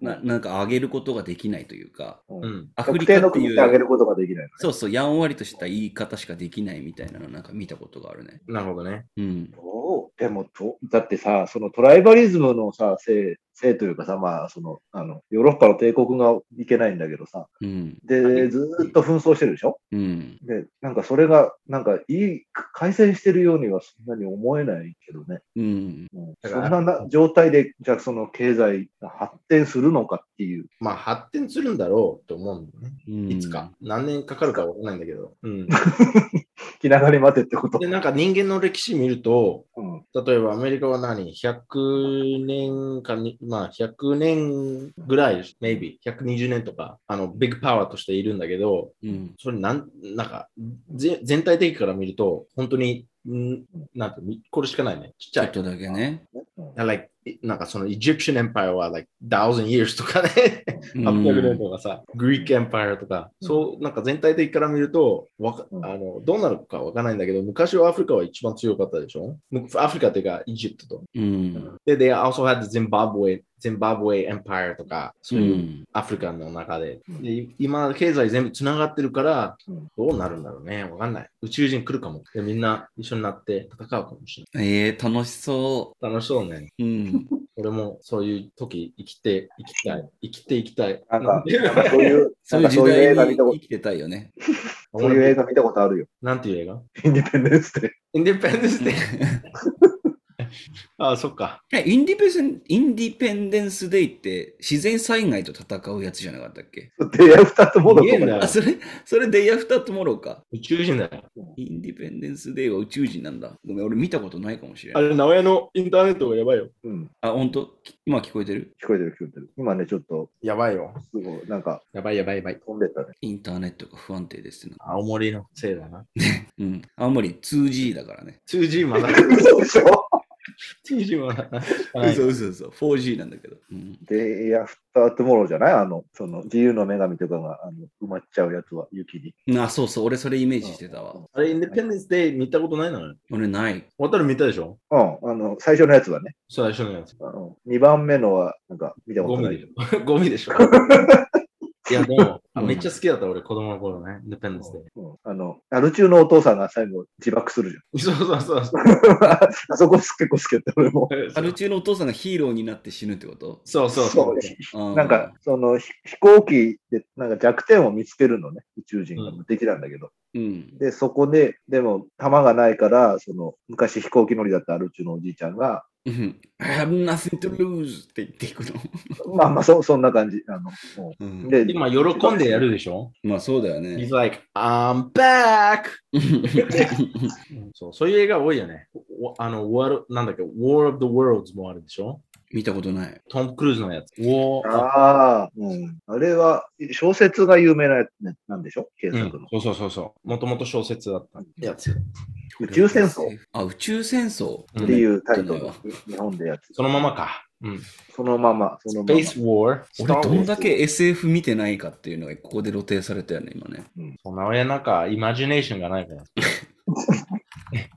Speaker 1: な
Speaker 2: う
Speaker 1: なんか上げることができないというか、
Speaker 2: ん
Speaker 3: うん。
Speaker 1: アフ
Speaker 2: 特
Speaker 1: リ
Speaker 2: 定
Speaker 1: カ
Speaker 2: の
Speaker 1: って
Speaker 2: 国
Speaker 1: い
Speaker 2: であげる
Speaker 1: う、
Speaker 2: ことができない
Speaker 1: そうそう、やんわりとした言い方しかできないみたいなのなんか見たことがあるね。
Speaker 3: なるほどね。
Speaker 1: うん。
Speaker 2: の。でもと、だってさ、そのトライバリズムのさ、せい、せいというかさ、まあ、その、あの、ヨーロッパの帝国がいけないんだけどさ、
Speaker 1: うん。
Speaker 2: で、ずーっと紛争してるでしょ
Speaker 1: うん。
Speaker 2: で、なんかそれが、なんかいい、改善してるようにはそんなに思えないけどね。
Speaker 1: うん。
Speaker 2: うん
Speaker 3: だ
Speaker 2: そ
Speaker 3: か
Speaker 2: ん
Speaker 3: ら
Speaker 2: なな状態で、じゃあその経済が発展するのかっていう。
Speaker 3: まあ発展するんだろうと思うんだよね。
Speaker 1: うん
Speaker 3: いつか。。何年かかるかわかんないんだけど。うん。
Speaker 2: 気長に待てってこと
Speaker 3: で、。なんか人間の歴史見ると、
Speaker 2: うん。
Speaker 3: 例えばアメリカは何 ?100 年かに、まあ100年ぐらい、maybe、120年とか、あの、ビッグパワーとしているんだけど、
Speaker 1: うん。
Speaker 3: それなん、なんか、ぜ全体的から見ると、本当に、んなんて、みこれしかないね。ちっち
Speaker 1: ちょ
Speaker 3: ゃ
Speaker 1: っ
Speaker 3: い。
Speaker 1: とだけね。
Speaker 2: うん
Speaker 3: あ like いなんかその、エジプシャンエンパイアは、like、thousand years とかね、
Speaker 1: うん
Speaker 3: 800年とかさ、グリークエンパイアとか、
Speaker 2: うん
Speaker 3: そう、なんか全体的から見ると、わか
Speaker 2: うん
Speaker 3: あのどうなるかわからないんだけど、昔はアフリカは一番強かったでしょむアフリカっていうか、エジプトと。
Speaker 1: うん。。
Speaker 3: で、they also had the Zimbabwe, Zimbabwe Empire とか、そうういうんアフリカの中で。
Speaker 2: うん
Speaker 3: で今、経済全部つながってるから
Speaker 2: うん、
Speaker 3: どうなるんだろうね。わかんない。宇宙人来るかも。でみんな一緒になって戦うかもしれ
Speaker 1: ええ楽しそ
Speaker 3: ない。楽しそうね。
Speaker 1: う。 うん。
Speaker 3: 俺もそういう時生きていきたい。生きていきたい。
Speaker 2: なんか、なんかそういう、
Speaker 1: そ
Speaker 2: な
Speaker 1: うんいう時
Speaker 2: かそういう映画
Speaker 1: 代に
Speaker 2: 見たこ
Speaker 1: 生
Speaker 2: と、
Speaker 1: きてたいよね。
Speaker 2: そういう映画見たことあるよ。
Speaker 3: なんていう映画
Speaker 2: インディペンデンスで。
Speaker 3: インディペンデンスデー。 ああ、そっか。
Speaker 1: えインディペンデンインディペンデンス・デイって自然災害と戦うやつじゃなかったっけ
Speaker 2: 出会う二つもの
Speaker 3: 見えんだよ
Speaker 1: あ、それ、それデイアフタートモローか。
Speaker 3: 宇宙人だよ。
Speaker 1: インディペンデンス・デイは宇宙人なんだ。ごめん、俺見たことないかもしれな
Speaker 3: あ
Speaker 1: い。
Speaker 3: れ、名古屋のインターネットがやばいよ。
Speaker 2: うん。
Speaker 1: あ、ほんとき今聞こえてる
Speaker 2: 聞こえてる聞こえてる。今ね、ちょっと、
Speaker 3: やばいよ。
Speaker 2: すごい、なんか
Speaker 3: やばいやばいやばい。
Speaker 2: 飛んでったね。
Speaker 1: インターネットが不安定ですってな。
Speaker 3: 青森のせいだな。
Speaker 1: うん。あんまり 2G だからね。
Speaker 3: 2G まだ。
Speaker 2: 嘘でしょ
Speaker 3: TG はない。
Speaker 1: 嘘嘘嘘。4G なんだけど。うん
Speaker 2: で、エアフタートゥモローじゃないあの、その、自由の女神とかがあの埋まっちゃうやつは、雪に。
Speaker 1: あ、そうそう。俺それイメージしてたわ。
Speaker 3: あれ、インデペンデンスデー見たことないのよ。
Speaker 1: 俺ない。
Speaker 3: 渡る見たでしょ
Speaker 2: うん、あの、最初のやつはね。
Speaker 3: 最初のやつ。
Speaker 2: うん、2番目のは、なんか、見たこ
Speaker 3: ゴ
Speaker 2: と
Speaker 3: ミ
Speaker 2: な
Speaker 3: で
Speaker 2: い。
Speaker 3: しょ。ゴミでしょ。 いや、でも、あめっちゃ好きだった俺、子供の頃ね。インデペンデンスデー。
Speaker 2: うん、あの、アル中のお父さんが最後、自爆するじ
Speaker 3: そうそうそうそう。
Speaker 2: ゃん。 あそこ結構好きだった、俺も。
Speaker 1: アル中のお父さんがヒーローになって死ぬってこと
Speaker 3: そうそうそう。
Speaker 1: な
Speaker 2: なんか、、その、ひ飛行機で、なんか弱点を見つけるのね、宇宙人が
Speaker 3: うん
Speaker 2: できたんだけど。
Speaker 1: うん。
Speaker 2: で、そこで、でも、弾がないから、その、昔飛行機乗りだったアル中のおじいちゃん が、
Speaker 1: うん。I have nothing to lose って言っていくの。
Speaker 2: まあまあ、そ、そんな感じ。あの、 も
Speaker 1: う、
Speaker 2: うんで
Speaker 3: 今、喜んでやるでしょ
Speaker 1: まあそうだよ
Speaker 3: ?He's
Speaker 1: ね。
Speaker 3: like, I'm back!
Speaker 1: う
Speaker 3: そうそういう映画多いよね。おあの、War, なんだっけ、War of the Worlds もあるでしょ
Speaker 1: ん見たことない。
Speaker 3: トム・クルーズのやつ。War
Speaker 2: ああ、うん。あれは、小説が有名なやつねなんでしょ原
Speaker 3: うん
Speaker 2: 作の。
Speaker 3: そうそうそうそう。もともと小説だったやつ。
Speaker 2: 宇宙戦争
Speaker 1: あ、宇宙戦争
Speaker 3: うん
Speaker 2: っていうタイト
Speaker 1: う
Speaker 2: ル
Speaker 1: ん。
Speaker 2: 日本でやつ。
Speaker 3: そのままか。うん。
Speaker 2: そのまま、そのまま。
Speaker 3: Space War。
Speaker 1: 俺どんだ
Speaker 3: Star Wars
Speaker 1: け SF 見てないかっていうのがここで露呈されたよね、今ね。
Speaker 3: そんな俺なんか、イマジネーションがないから。
Speaker 1: ま
Speaker 2: え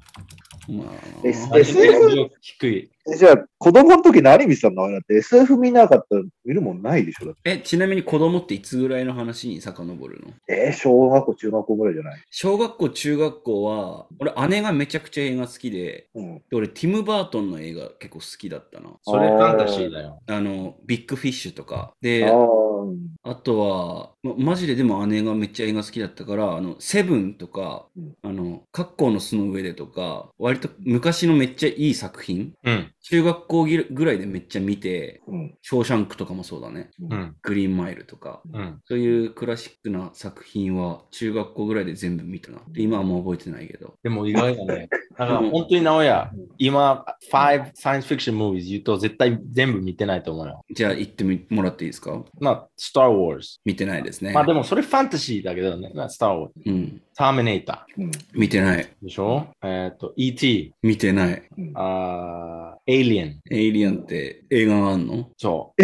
Speaker 1: あ、
Speaker 2: SF
Speaker 3: イマジネーション力低い。
Speaker 2: えじゃあ、子供の時何見てたのあれだって SF 見なかったら見るもんないでしょだっ
Speaker 1: え、ちなみに子供っていつぐらいの話に遡るの
Speaker 2: てえー小学校、中学校ぐらいじゃない
Speaker 1: 小学校、中学校は、俺姉がめちゃくちゃ映画好きで、
Speaker 2: うん。
Speaker 1: で俺ティム・バートンの映画結構好きだったな。
Speaker 3: それファンタシーだよ。
Speaker 1: あの、ビッグフィッシュとか。
Speaker 2: あ
Speaker 1: で、
Speaker 2: ーうん
Speaker 1: あとは、ま、マジででも姉がめっちゃ映画好きだったから、あの、セブンとか
Speaker 2: うん、
Speaker 1: あの、格好の巣の上でとか、割と昔のめっちゃいい作品、
Speaker 3: うん。
Speaker 1: 中学校ぎぐらいでめっちゃ見て、
Speaker 2: うん。
Speaker 1: ショーシャンクとかもそうだね。
Speaker 3: うん。
Speaker 1: グリーンマイルとか、
Speaker 3: うん。
Speaker 1: そういうクラシックな作品は中学校ぐらいで全部見たな。で今はもう覚えてないけど。
Speaker 3: でも意外 だね。だから本当に直哉、今、5サイエンスフィクションムービーズ言うと絶対全部見てないと思うよ。
Speaker 1: じゃあ行ってみもらっていいですか
Speaker 3: まあ、Star Wars。
Speaker 1: 見てないですね。
Speaker 3: まあでもそれファンタシーだけどね。スター・ウォーズ。
Speaker 1: うん。
Speaker 3: ターミネータ
Speaker 2: うん。
Speaker 1: 見てない。
Speaker 3: ー。でしょえっ、と、E.T.
Speaker 1: 見てない。
Speaker 2: うん
Speaker 3: あーエイリアン。
Speaker 1: エイリアンって映画があんの
Speaker 3: そ
Speaker 2: え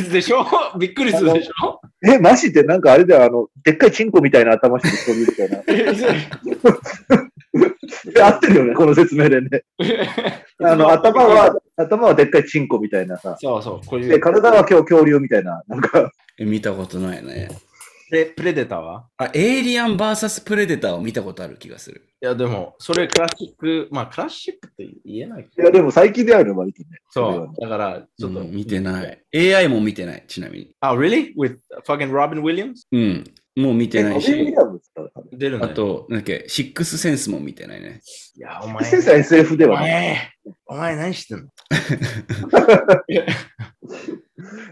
Speaker 2: ー
Speaker 3: う。でしょ びっくりするでしょ。
Speaker 2: え、マジでなんかあれだよ、あの、でっかいチンコみたいな頭して飛びみたいな
Speaker 3: え
Speaker 2: え合ってるよね、この説明でね。あの、頭は、頭はでっかいチンコみたいなさ。
Speaker 3: そうそう。こうい
Speaker 2: で、
Speaker 3: う。
Speaker 2: 体は今日恐竜みたいな、なんか、
Speaker 1: え見たことないね。
Speaker 3: プレプレデターは
Speaker 1: あ、エイリアン VS プレデターを見たことある気がする。
Speaker 3: いや、でも、それクラシック、まあ、クラシックって言えない
Speaker 2: いや、でも最近である割とね。
Speaker 3: そう。だから、ちょっと。
Speaker 1: うん見てない。AI も見てない、ちなみに。
Speaker 3: あ、really? With fucking Robin Williams?
Speaker 1: うん。もう見て
Speaker 2: え、
Speaker 1: ない
Speaker 2: トビー・ウィ
Speaker 1: し。
Speaker 2: リアムズだった
Speaker 3: 出るね。
Speaker 1: あ、と、なんだっけ、シックスセンスも見てないね。
Speaker 3: いや、お前。
Speaker 2: 先生は SF で
Speaker 3: お
Speaker 2: はない。
Speaker 3: 前、お前何してんの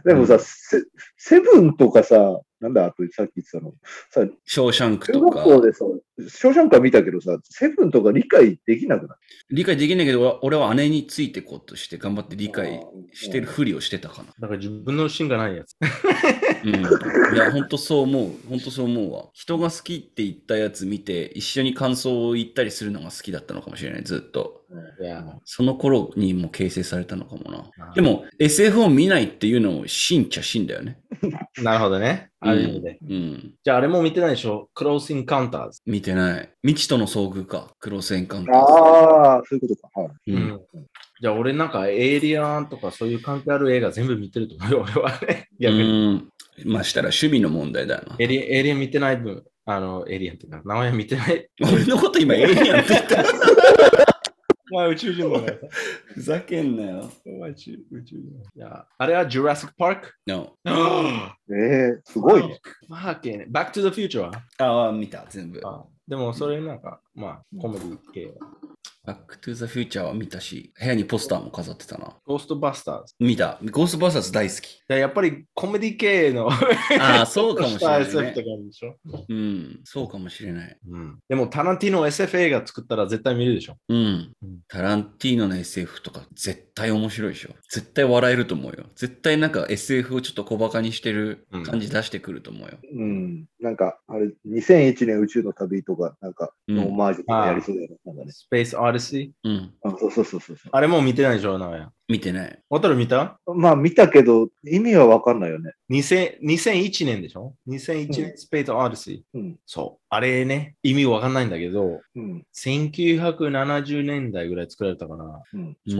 Speaker 2: でもさ、セセブンとかさ、なんだ、あとさっき言ってたの。さ、
Speaker 1: ショーシャンク
Speaker 2: 中
Speaker 1: と
Speaker 2: 学
Speaker 1: か。
Speaker 2: 校でさ、少々か見たけどさ、セブンとか理解できなくなっ
Speaker 1: 理解できないけど、俺俺は姉についてこうとして頑張って理
Speaker 2: た
Speaker 1: 解してる。ふりをしてたかな。
Speaker 3: だから自分の芯がないやつ。
Speaker 1: うん。いや、ほんとそう思う。ほんとそう思うわ。人が好きって言ったやつ見て、一緒に感想を言ったりするのが好きだったのかもしれない、ずっと。
Speaker 3: いや、
Speaker 1: その頃にも形成されたのかもな。でも、SF を見ないっていうのも、真っちゃ真だよね。
Speaker 3: なるほどね。ある意味で。
Speaker 1: うん。
Speaker 3: じゃあ、あれも見てないでしょクロースインカウンターズ。
Speaker 1: 見てない。未知との遭遇か。クロスエンカウンタ
Speaker 2: あ
Speaker 1: ー
Speaker 2: あ、そういうことか。はい。
Speaker 1: ズ。うん。
Speaker 3: じゃあ、俺なんかエイリアンとかそういう関係ある映画全部見てると思うよ、俺はね。
Speaker 1: う
Speaker 3: 逆に
Speaker 1: ん。まあしたら趣味の問題だよな
Speaker 3: エ。イリアンエイリアン見てない分、あの、エイリアンっていうか、名前見てない。
Speaker 1: 俺のこと今エイリアンって言った。
Speaker 3: まあ、宇宙人だからさ。
Speaker 1: ふざけんなよ。
Speaker 3: お前宇宙宇宙人。いや、あれはジュラシック・パーク
Speaker 1: No.
Speaker 2: ええすごいね。
Speaker 3: ファーケン。バック・トゥ・ザ・フューチャーは
Speaker 1: ああ、見た、全部。
Speaker 3: あでも、それなんか、まあ、コメディ系。
Speaker 1: バックトゥザフューチャーは見たし、部屋にポスターも飾ってたな。
Speaker 3: ゴーストバスターズ。
Speaker 1: 見た。ゴーストバーサス大好き。
Speaker 3: でやっぱりコメディ系 の
Speaker 1: ああ、そうかもしれない、
Speaker 3: SF と
Speaker 1: ね。
Speaker 3: かあるでしょ、
Speaker 1: うん、そうかもしれない。
Speaker 3: うん、でもタランティーノ SF 映画作ったら絶対見るでしょ
Speaker 1: うん
Speaker 3: うん。
Speaker 1: タランティーノの SF とか絶対面白いでしょ。絶対笑えると思うよ。絶対なんか SF をちょっと小馬鹿にしてる感じ出してくると思うよ。
Speaker 2: うん。なんか、あれ、2001年宇宙の旅ととか、なんか、
Speaker 1: うん
Speaker 2: オマージュとかやりそうだよね。なんかね。
Speaker 3: スペースオディシー
Speaker 1: うん。
Speaker 2: あそうそうそうそうそ
Speaker 3: あれもう見てないでしょ、なや。
Speaker 1: 見てない。
Speaker 3: 渡る見た
Speaker 2: う。まあ見たけど、意味はわかんないよね。
Speaker 3: 2000 ?2001 年でしょ ?2001 年スペースオディシー。
Speaker 2: うん。
Speaker 3: そう。あれね、意味わかんないんだけど、
Speaker 2: うん。
Speaker 3: 1970年代ぐらい作られたから、
Speaker 2: うん、
Speaker 3: そ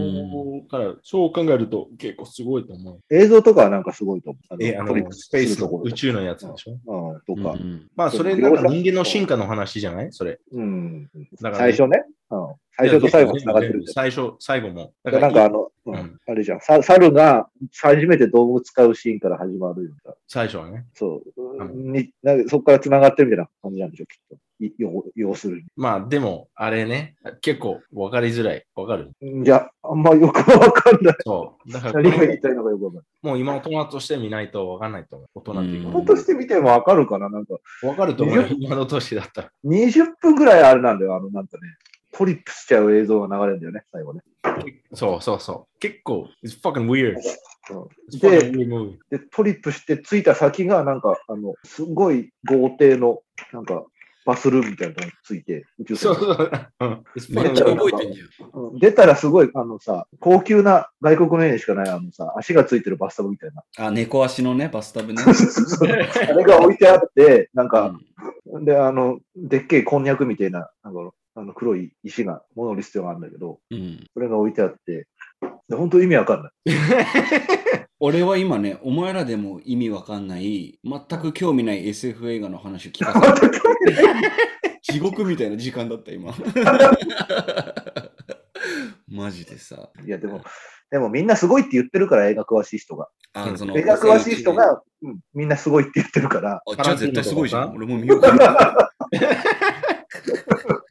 Speaker 3: うから、そう考えると結構すごいと思う。
Speaker 2: 映像とかはなんかすごいと思う。あの
Speaker 3: え、あ
Speaker 2: トリッ
Speaker 3: の、
Speaker 2: クスペースところ
Speaker 3: 宇宙のやつでしょ
Speaker 2: うん、とか
Speaker 1: う。ん
Speaker 3: まあ、それなんか人間の進化の話じゃないそれ。
Speaker 2: うん。
Speaker 3: だから
Speaker 2: 最初ね。うん。最初と最後に繋がってるんだよ
Speaker 3: 最初、最後も。だ
Speaker 2: だからなんかあの、
Speaker 3: ん
Speaker 2: うんあれじゃん。さ猿が初めて道具使うシーンから始まるんだ。
Speaker 3: 最初はね。
Speaker 2: そう。
Speaker 3: う
Speaker 2: になんかそこから繋がってるみたいな感じなんでしょ、きっと。い要要する
Speaker 3: まあ、でも、あれね、結構分かりづらい。分かる
Speaker 2: に。いや、あんまよくわかんない。
Speaker 3: そう。だから
Speaker 2: 何が言いたいのかよくわかんない。
Speaker 3: もう今大人として見ないと分かんないと思う。大人っていう
Speaker 1: う
Speaker 2: 本
Speaker 1: ん
Speaker 3: か
Speaker 2: 当してみてもわかるかななんか、
Speaker 3: 分かると思うよ
Speaker 2: いや
Speaker 3: 今の年だったら。
Speaker 2: 20分ぐらいあれなんだよ。あの、なんかね、トリップしちゃう映像が流れるんだよね、最後ね。
Speaker 3: そうそうそう。結構、it's fucking weird.
Speaker 2: うん
Speaker 3: It's
Speaker 2: で
Speaker 3: fucking weird movie.
Speaker 2: で、トリップして着いた先が、なんか、あの、すごい豪邸の、なんか、バスルームみたいなのについて、宇宙船
Speaker 3: そうそう。うん
Speaker 1: めっちゃ覚えてんじゃん。
Speaker 2: うん出たらすごい、あのさ、高級な外国の家にしかない、あのさ、足がついてるバスタブみたいな。
Speaker 1: あ、猫足のね、バスタブね。
Speaker 2: あれが置いてあって、なん
Speaker 1: う
Speaker 2: か、
Speaker 1: ん
Speaker 2: で、あの、でっけえこんにゃくみたいな、なんか、あの黒い石が、物の必要があるんだけど、
Speaker 1: うん。
Speaker 2: それが置いてあって、で本当意味わかんない。
Speaker 1: 俺は今ね、お前らでも意味わかんない、全く興味ない SF 映画の話を聞かされて地獄みたいな時間だった、 今。マジでさ。
Speaker 2: いや、でも、でもみんなすごいって言ってるから、映画詳しい人が。
Speaker 1: あ、その。
Speaker 2: 映画詳しい人が、うん、みんなすごいって言ってるから、
Speaker 1: あ。じゃあ絶対すごいじゃん。
Speaker 3: タ
Speaker 1: 俺も見ようかな。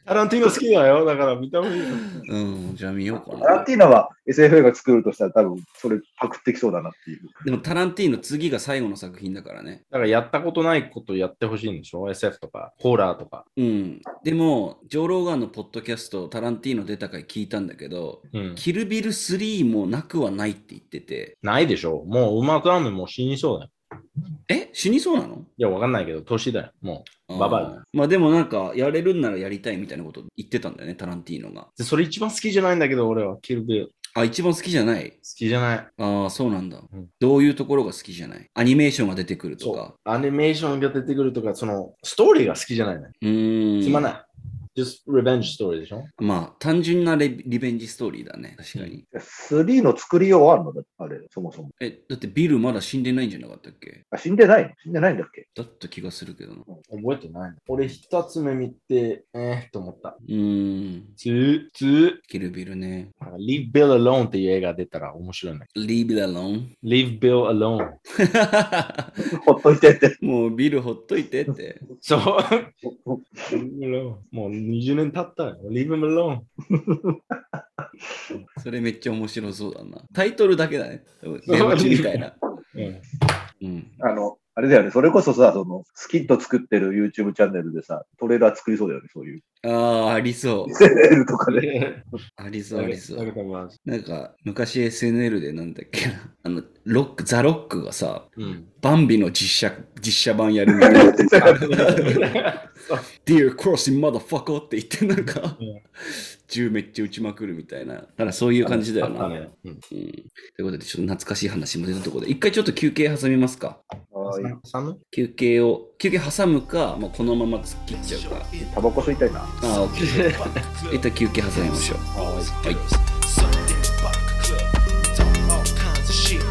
Speaker 3: タランティーノ好きだよ。だから見た方がいいよ。
Speaker 1: うん、じゃあ見ようか
Speaker 2: タラン
Speaker 1: な。
Speaker 2: ティーナは SF 映画作るとしたら多分それパクってきそうだなっていう。
Speaker 1: でもタランティーノ次が最後の作品だからね。
Speaker 3: だからやったことないことやってほしいんでしょ ?SF とか、ホラーとか。
Speaker 1: うん。でも、ジョー・ローガンのポッドキャスト、タランティーノ出た回聞いたんだけど、
Speaker 3: うん。
Speaker 1: キルビル3もなくはないって言ってて、
Speaker 3: ないでしょもううまくラーメンもう死にそうだよ。
Speaker 1: え死にそうなの
Speaker 3: いや、わかんないけど、年だよ。も
Speaker 1: あー
Speaker 3: ババア
Speaker 1: まあでもなんか、やれるんならやりたいみたいなこと言ってたんだよね、タランティーノが。
Speaker 3: う。で、それ一番好きじゃないんだけど、俺は、キルビル。好
Speaker 1: あ、一番好きじゃない。
Speaker 3: きじゃない。
Speaker 1: ああ、そうなんだ、
Speaker 3: うん
Speaker 1: どういうところが好きじゃないアニメーションが出てくると
Speaker 3: そう
Speaker 1: か。。
Speaker 3: アニメーションが出てくるとか、その、ストーリーが好きじゃないね。
Speaker 1: うーん。
Speaker 3: つまんない。just revenge story でしょ
Speaker 1: まあ、単純なレリベンジストーリーだね、確かに。
Speaker 2: 3の作りようあるのだってあれ、そもそも。
Speaker 1: え、だってビルまだ死んでないんじゃなかったっけ
Speaker 2: あ、死んでないの死んでないんだっけ
Speaker 1: だった気がするけどな。う
Speaker 3: 覚えてない。俺、一つ目見て、えー、と思った。
Speaker 1: ーん。
Speaker 3: ツー、ツー。
Speaker 1: キルビルね。
Speaker 3: Leave Bill Alone っていう映画出たら面白いね。
Speaker 1: Leave it alone.
Speaker 3: Leave Bill Alone。
Speaker 2: ほっといてって。
Speaker 1: もうビルほっといてって。
Speaker 3: そう。 もう20年経ったよ。Leave him alone。
Speaker 1: それめっちゃ面白そうだな。タイトルだけだ ね。出落ちみたいな。うん。
Speaker 2: あの、あれだよね、それこそさ、その、スキット作ってる YouTube チャンネルでさ、トレーラー作りそうだよね、そういう。
Speaker 1: ああ、ありそう。
Speaker 2: SNL とかで。
Speaker 1: ありそう、ありそう。なんか、昔 SNL でなんだっけな。 あの、ロック、ザ・ロックがさ、
Speaker 3: うん。
Speaker 1: バンビの実写、実写版やるみたいな。Dear Crossing Motherfucker って言ってなんか
Speaker 3: うん、
Speaker 1: 銃めっちゃ撃ちまくるみたいな。だからそういう感じだよな。うん
Speaker 3: うん
Speaker 1: ということで、ちょっと懐かしい話も出たところで、一回ちょっと休憩挟みますか。
Speaker 2: あー
Speaker 3: 寒
Speaker 1: 休憩を、休憩挟むか、もうこのまま突っ切っちゃうか。
Speaker 2: タバコ吸いたいな。
Speaker 1: ああ、OK。一旦休憩挟みましょう。はい。
Speaker 4: Sunday Buck Club. Talk all kinds of shit.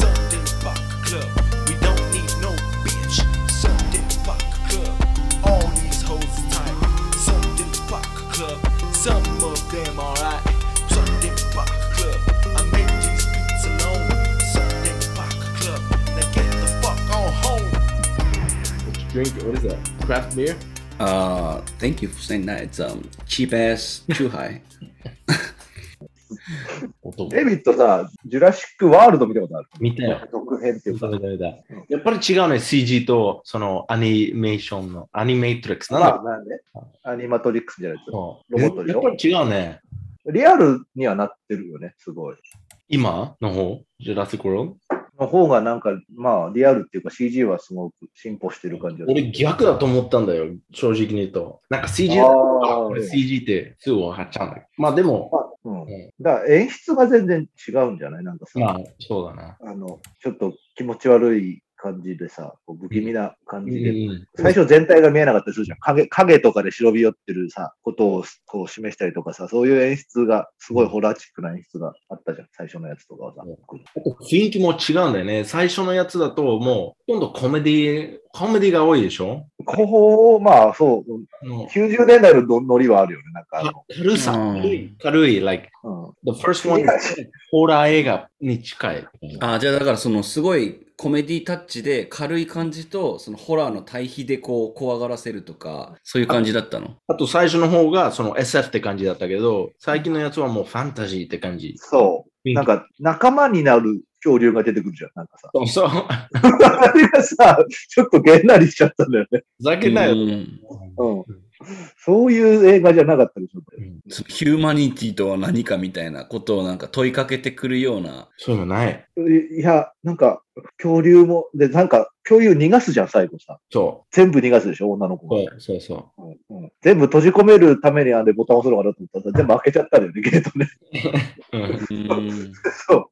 Speaker 4: Sunday Buck Club. We don't need no bitch. Sunday Buck Club. All these hoes is tight. Sunday Buck Club. Some of them alright. Sunday Buck Club. I make these beats alone. Sunday Buck Club. Now get the fuck on home.
Speaker 3: Drink, what is that? Craft beer?
Speaker 1: ああ、Thank you for saying that. It's um, cheap ass too high.
Speaker 2: デビットさ、ジュラシックワールド見たことある
Speaker 3: 見たよ。
Speaker 2: 続編っていうか。
Speaker 3: やっぱり違うね、CG とそのアニメーションの、アニメトリックス。なん
Speaker 2: まあ、
Speaker 3: だ
Speaker 2: なんでアニマトリックスみたいなやつ。
Speaker 3: ろう
Speaker 2: ロボットでし
Speaker 3: や
Speaker 2: ょ
Speaker 3: っぱり違うね。
Speaker 2: リアルにはなってるよね、すごい。
Speaker 3: 今の方ジュラシック・ワール
Speaker 2: の方がなんか、まあ、リアルっていうか CG はすごく進歩してる感じがす
Speaker 3: 俺
Speaker 2: る。
Speaker 3: 逆だと思ったんだよ、正直に言うと。なんか CG だ
Speaker 2: あ
Speaker 3: あ
Speaker 2: ー
Speaker 3: これ CG ってすぐ終わっちゃうんだけど。まあでも、
Speaker 2: うん
Speaker 3: うん。
Speaker 2: だから演出が全然違うんじゃないなんかさ、
Speaker 3: まあそうだな。
Speaker 2: あの、ちょっと気持ち悪い感じでさ、こう不気味な感じで、
Speaker 3: うん
Speaker 2: 最初全体が見えなかったりするじゃん。影、影とかで忍び寄ってるさ、ことをこう示したりとかさ、そういう演出が、すごいホラーチックな演出があったじゃん。最初のやつとかはさ。
Speaker 3: うん雰囲気も違うんだよね。最初のやつだともう、ほとんどコメディ、コメディが多いでしょ
Speaker 2: こう、まあそう、
Speaker 3: あの
Speaker 2: 90年代のどノリはあるよね。なんかあの、
Speaker 3: 軽さ、
Speaker 1: うん
Speaker 3: 軽い、軽い、like,
Speaker 2: うん。
Speaker 3: the first one is ホラー映画に近い。
Speaker 1: あーじゃあだからそのすごいコメディタッチで軽い感じとそのホラーの対比でこう怖がらせるとかそういう感じだったの
Speaker 3: あと最初の方がその SF って感じだったけど、最近のやつはもうファンタジーって感じ。
Speaker 2: そ
Speaker 3: 雰囲
Speaker 2: う。
Speaker 3: 気
Speaker 2: なんか、仲間になる恐竜が出てくるじゃん。なんかさ。
Speaker 3: そうそう。
Speaker 2: あれがさ、ちょっとげんなりしちゃったんだよね。
Speaker 3: ふざけんなよ。
Speaker 1: うん
Speaker 2: うん。そういう映画じゃなかったでしょ。
Speaker 3: うん
Speaker 1: そのヒューマニティとは何かみたいなことをなんか問いかけてくるような
Speaker 3: そういうのない。
Speaker 2: いいや、なんか、恐竜も、で、なんか、恐竜逃がすじゃん、最後さ。
Speaker 3: そ
Speaker 2: 全部逃がすでしょ、女の子
Speaker 3: う。
Speaker 2: が。
Speaker 3: そうそうそう。
Speaker 2: うんうん全部閉じ込めるためにあれボタン押すのかなと思ったらさ、全部開けちゃったんだよね、 ゲートね。
Speaker 3: う
Speaker 1: う
Speaker 3: ん
Speaker 1: ん
Speaker 2: そう。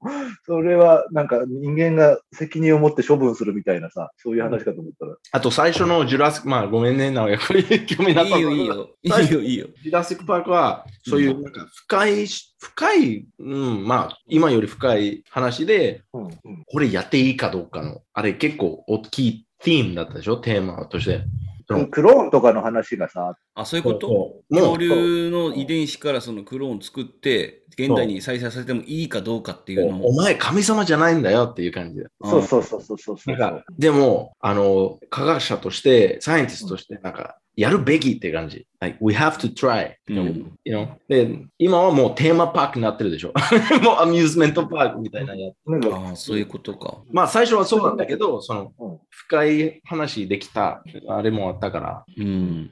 Speaker 2: それは、なんか人間が責任を持って処分するみたいなさ、そういう話かと思ったら。
Speaker 3: あと最初のジュラスまあごめんね、なんかこれ興味なかった
Speaker 1: いいよいいよいいよいいよ
Speaker 3: ジュラシック・パークは、そういうなんか深いし、深い、うん、まあ、今より深い話で、
Speaker 2: うんうん
Speaker 3: これやっていいかどうかの、あれ結構大きいティームだったでしょ、テーマとして。そう
Speaker 2: クローンとかの話がさ、
Speaker 1: あそういうこと
Speaker 3: そうも
Speaker 1: 恐
Speaker 3: う
Speaker 1: 竜の遺伝子からそのクローン作って現代に再生させてもいいかどうかっていうの
Speaker 3: おお
Speaker 1: を
Speaker 3: 前神様じゃないんだよっていう感じで。
Speaker 2: そうそうそうそうそうそ
Speaker 3: な
Speaker 2: う。
Speaker 3: んか、でも、あの、科学者として、サイエンティストとして、なんか、やるべきって感じ。Like, we have to try.
Speaker 1: うん
Speaker 3: You know? で、今はもうテーマパークになってるでしょ。 もうアミューズメントパークみたいなやつ。
Speaker 2: なんか
Speaker 1: ああそういうことか
Speaker 3: まあ、最初はそうなんだけど、その
Speaker 2: うん、
Speaker 3: 深い話できた、あれもあったから。
Speaker 1: うん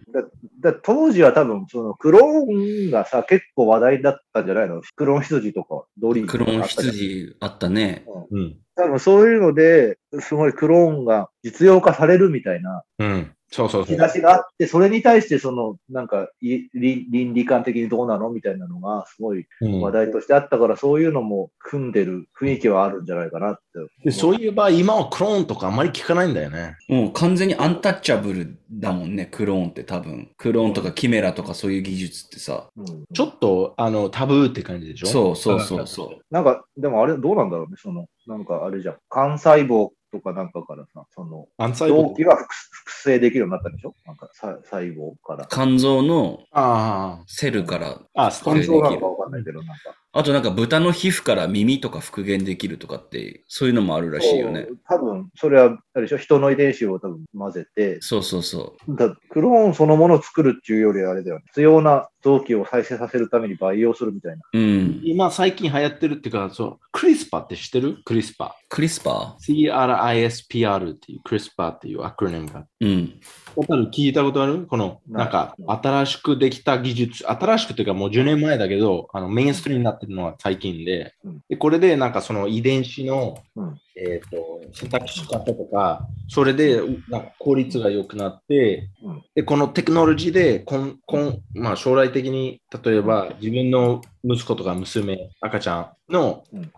Speaker 2: だ当時は多分、そのクローンがさ、結構話題だったんじゃないのクローン羊とか、ドリーと
Speaker 1: ク
Speaker 2: か
Speaker 1: ローン
Speaker 2: あったじゃん。
Speaker 1: 羊あったね
Speaker 3: うん。
Speaker 2: 多分そういうので、すごいクローンが実用化されるみたいな
Speaker 3: うん。そうそうそ
Speaker 2: 引き
Speaker 3: う
Speaker 2: 出。しがあって、それに対して、その、なんかい倫、倫理観的にどうなのみたいなのが、すごい
Speaker 3: うん
Speaker 2: 話題としてあったから、そういうのも組んでる雰囲気はあるんじゃないかなって。
Speaker 3: でそういえば、今はクローンとかあんまり聞かないんだよね。
Speaker 1: もう完全にアンタッチャブルだもんねクローンって多分クローンとかキメラとかそういう技術ってさ
Speaker 2: うん
Speaker 3: ちょっと、あの、タブーって感じでしょ
Speaker 1: そうそうそうそう
Speaker 2: なんか、でもあれ、どうなんだろうね、その、なんかあれじゃん。幹細胞とかなんかからさ、その、
Speaker 3: アンサイド
Speaker 2: 臓。器が複複製できるようになったんでしょなんかさ細胞から。
Speaker 1: 肝臓の
Speaker 3: あ
Speaker 1: セルから
Speaker 3: あ。あ、スタン
Speaker 1: で
Speaker 2: 肝
Speaker 1: き
Speaker 2: 臓
Speaker 1: る
Speaker 2: なのかわかんないけど、なんか。
Speaker 1: あとなんか豚の皮膚から耳とか復元できるとかってそういうのもあるらしいよね
Speaker 2: そう。多分、それは、あれでしょ人の遺伝子を多分混ぜて、
Speaker 1: そうそうそ
Speaker 2: だクローンそのものを作るっていうよりあれだよね。必要な臓器を再生させるために培養するみたいな。
Speaker 1: う。うん。
Speaker 3: 今最近流行ってるっていうか、そう、クリスパって知ってるクリスパ。
Speaker 1: クリスパ
Speaker 3: CRISPR っていうクリスパっていうアクロニムが。
Speaker 1: ーうん。
Speaker 3: ホタル聞いたことあるこの、
Speaker 2: な
Speaker 3: ないんか、新しくできた技術、新しくというかもう10年前だけど、あのメインストリームになってるのは最近で
Speaker 2: うん、
Speaker 3: でこれでなんかその遺伝子の、
Speaker 2: うん
Speaker 3: えっと選択し方とか、それでうなんか効率が良くなって、
Speaker 2: うん
Speaker 3: でこのテクノロジーでこんこん、まあ、将来的に例えば自分の息子とか娘、赤ちゃんの,、
Speaker 2: うん
Speaker 3: あの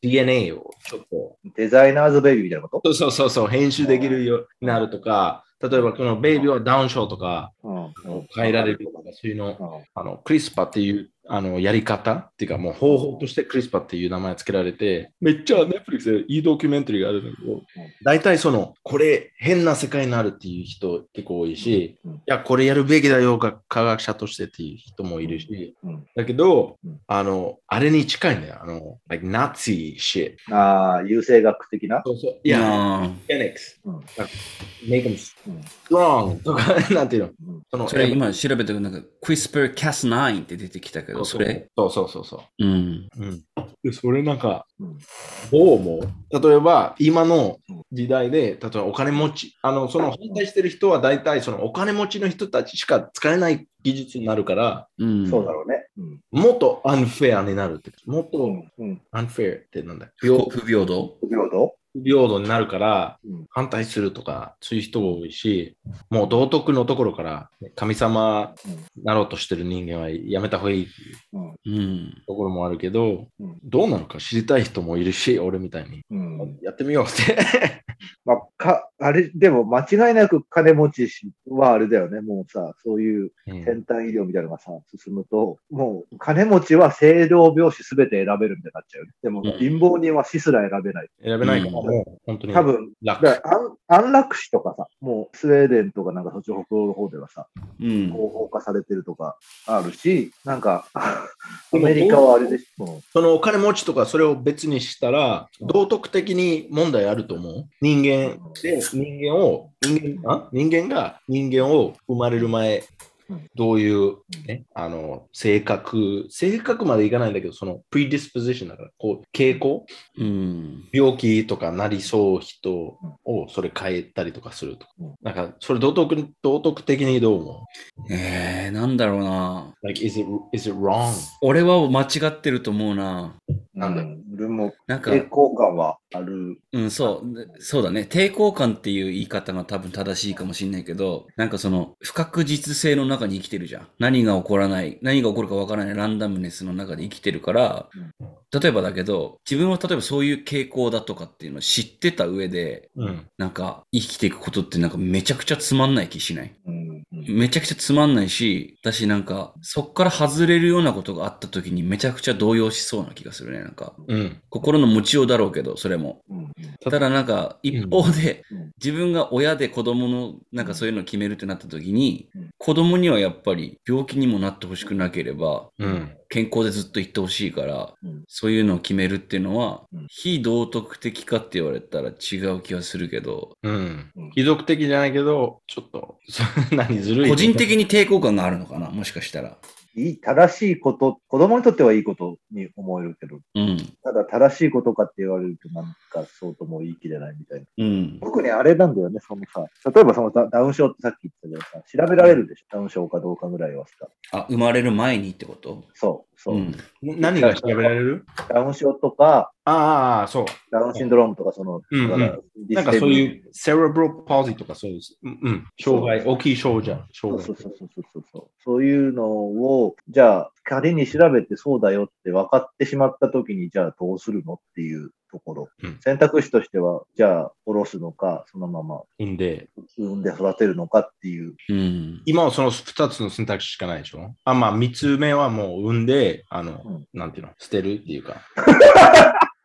Speaker 3: DNA をちょっと
Speaker 2: デザイナーズベイビーみたいなこと
Speaker 3: そうそうそうそう、編集できるようになるとか、例えばこのベイビーはダウン症とか
Speaker 2: うん
Speaker 3: 変えられるとか、そういうの、
Speaker 2: うん
Speaker 3: あのクリスパっていうあのやり方っていうか、もう方法としてクリスパっていう名前つけられて、めっちゃ Netflix でいいドキュメンタリーがあるんだけど、大体その、これ変な世界になるっていう人結構多いし、
Speaker 2: うん
Speaker 3: いや、これやるべきだよが科学者としてっていう人もいるし、
Speaker 2: うん
Speaker 3: だけど
Speaker 2: うん、
Speaker 3: あの、あれに近いんだよ、あの、like, ナチ shit。
Speaker 2: ああ、優生学的な。
Speaker 3: そうそう。
Speaker 1: い
Speaker 3: いや、
Speaker 1: や
Speaker 3: Phoenix、
Speaker 2: うん
Speaker 3: make them
Speaker 2: うん
Speaker 3: strong とか、 なんていうの、
Speaker 2: うん
Speaker 3: その
Speaker 1: それ今調べてなんかクリスパーキャス9って出てきたけど、それ。
Speaker 3: そうそうそうそ
Speaker 1: うん。
Speaker 3: う。うん、でそれなんか、
Speaker 2: うん
Speaker 3: どう思う例えば、今の
Speaker 2: うん
Speaker 3: 時代で、例えばお金持ち、あのその反対してる人は大体そのお金持ちの人たちしか使えない技術になるから、
Speaker 1: うん。
Speaker 2: そうだろうね。うん。
Speaker 3: もっとアンフェアになるって、もっ
Speaker 2: う
Speaker 3: と
Speaker 2: ん。うん。
Speaker 3: アンフェアってなんだ
Speaker 1: 不公不平等
Speaker 2: 不平等
Speaker 3: 不平等になるから
Speaker 2: うん、
Speaker 3: 反対するとか、そういう人が多いし、もう道徳のところから、神様になろうとしてる人間はやめた方がいいっていう
Speaker 2: うん。
Speaker 1: うん。
Speaker 3: ところもあるけど、
Speaker 2: うん
Speaker 3: どうなのか知りたい人もいるし、俺みたいに。
Speaker 2: うん。うん。
Speaker 3: やってみよう って。
Speaker 2: まあ、か、あれ、でも間違いなく金持ちはあれだよね。もうさ、そういう
Speaker 3: うん
Speaker 2: 先端医療みたいなのがさ、進むと、もう金持ちは清涼病死すべて選べるみたいになっちゃうよね。でも
Speaker 1: うん
Speaker 2: 貧乏人は死すら選べない。
Speaker 3: 選べないから、
Speaker 1: うん
Speaker 3: もう本当に
Speaker 2: 多分、
Speaker 3: 楽。
Speaker 2: だから安安楽死とかさ、もうスウェーデンとかなんかそっち北欧の方ではさ、
Speaker 1: うん。
Speaker 2: 合法化されてるとかあるし、なんか、ア
Speaker 3: でも
Speaker 2: メリカはあれでしょ。
Speaker 3: そのお金持ちとかそれを別にしたら、道徳的に問題あると思う。人間で人間を人間あ人間が人間を生まれる前
Speaker 2: うん、
Speaker 3: どういう、ね、あの性格、性格までいかないんだけど、そのプリディスポジションだから、こう傾向、
Speaker 1: うん。
Speaker 3: 病気とかなりそう人をそれ変えたりとかするとか
Speaker 2: うん。
Speaker 3: なんか、それ道徳道徳的にどう思
Speaker 1: えー、なんだろうな。
Speaker 3: う ?Like, is it, is it wrong?
Speaker 1: 俺は間違ってると思うな。
Speaker 3: なんだ
Speaker 2: う俺も
Speaker 1: なんか、
Speaker 2: 抵抗感はある。
Speaker 1: うん、そう、でそうだね。抵抗感っていう言い方が多分正しいかもしれないけど、なんかその、不確実性の中に生きてるじゃん。何が起こらない、何が起こるかわからないランダムネスの中で生きてるから、例えばだけど、自分は例えばそういう傾向だとかっていうのを知ってた上で、
Speaker 3: うん。
Speaker 1: なんか生きていくことってなんかめちゃくちゃつまんない気しない
Speaker 2: うんうん
Speaker 1: めちゃくちゃつまんないし、だしなんか、そっから外れるようなことがあった時にめちゃくちゃ動揺しそうな気がするね。なんか、
Speaker 3: うん。
Speaker 1: 心の持ちようだろうけど、それも。
Speaker 2: うん
Speaker 1: ただなんか一方で、
Speaker 2: うんうん
Speaker 1: 自分が親で子供のなんかそういうのを決めるってなった時に、
Speaker 2: うん
Speaker 1: 子供にはやっぱり病気にもなってほしくなければ
Speaker 3: うん。
Speaker 1: 健康でずっといってほしいから、
Speaker 2: うん
Speaker 1: そういうのを決めるっていうのは、
Speaker 2: うん
Speaker 1: 非道徳的かって言われたら違う気がするけど、
Speaker 3: うん
Speaker 2: うん。
Speaker 3: 貴族的じゃないけど、ちょっと、 そんなにずるい。
Speaker 1: 個人的に抵抗感があるのかなもしかしたら。
Speaker 2: いい、正しいこと、子供にとってはいいことに思えるけど、
Speaker 1: うん。
Speaker 2: ただ正しいことかって言われるとなんかそうとも言い切れないみたいな。
Speaker 1: うん。
Speaker 2: 特にあれなんだよね、そのさ、例えばそのダダウン症ってさっき言ったけどさ、調べられるでしょ、ダウン症かどうかぐらいはさ。
Speaker 1: あ、生まれる前にってこと
Speaker 2: そう、そう。
Speaker 1: ん。
Speaker 3: な。何が調べられる
Speaker 2: ダウン症とか、
Speaker 3: ああ、そう。
Speaker 2: ダウンシンドロームとか、その、
Speaker 3: うん
Speaker 2: だからディ
Speaker 3: なん
Speaker 2: ス
Speaker 3: か
Speaker 2: テ
Speaker 3: そう
Speaker 2: ビリ
Speaker 3: いう、セレブロパージとかそうです。うんうん。障害、大きい障害。
Speaker 2: そう
Speaker 3: 障
Speaker 2: そう
Speaker 3: 害。
Speaker 2: そうそうそうそう。そういうのを、じゃあ、仮に調べてそうだよって分かってしまったときに、じゃあどうするのっていうところ。
Speaker 3: うん
Speaker 2: 選択肢としては、じゃあ、下ろすのか、そのまま
Speaker 3: んで、
Speaker 2: 産んで育てるのかっていう。
Speaker 1: うん。
Speaker 3: 今はその2つの選択肢しかないでしょあ、まあ、3つ目はもう産んで、あの、
Speaker 2: うん
Speaker 3: なんていうの捨てるっていう か。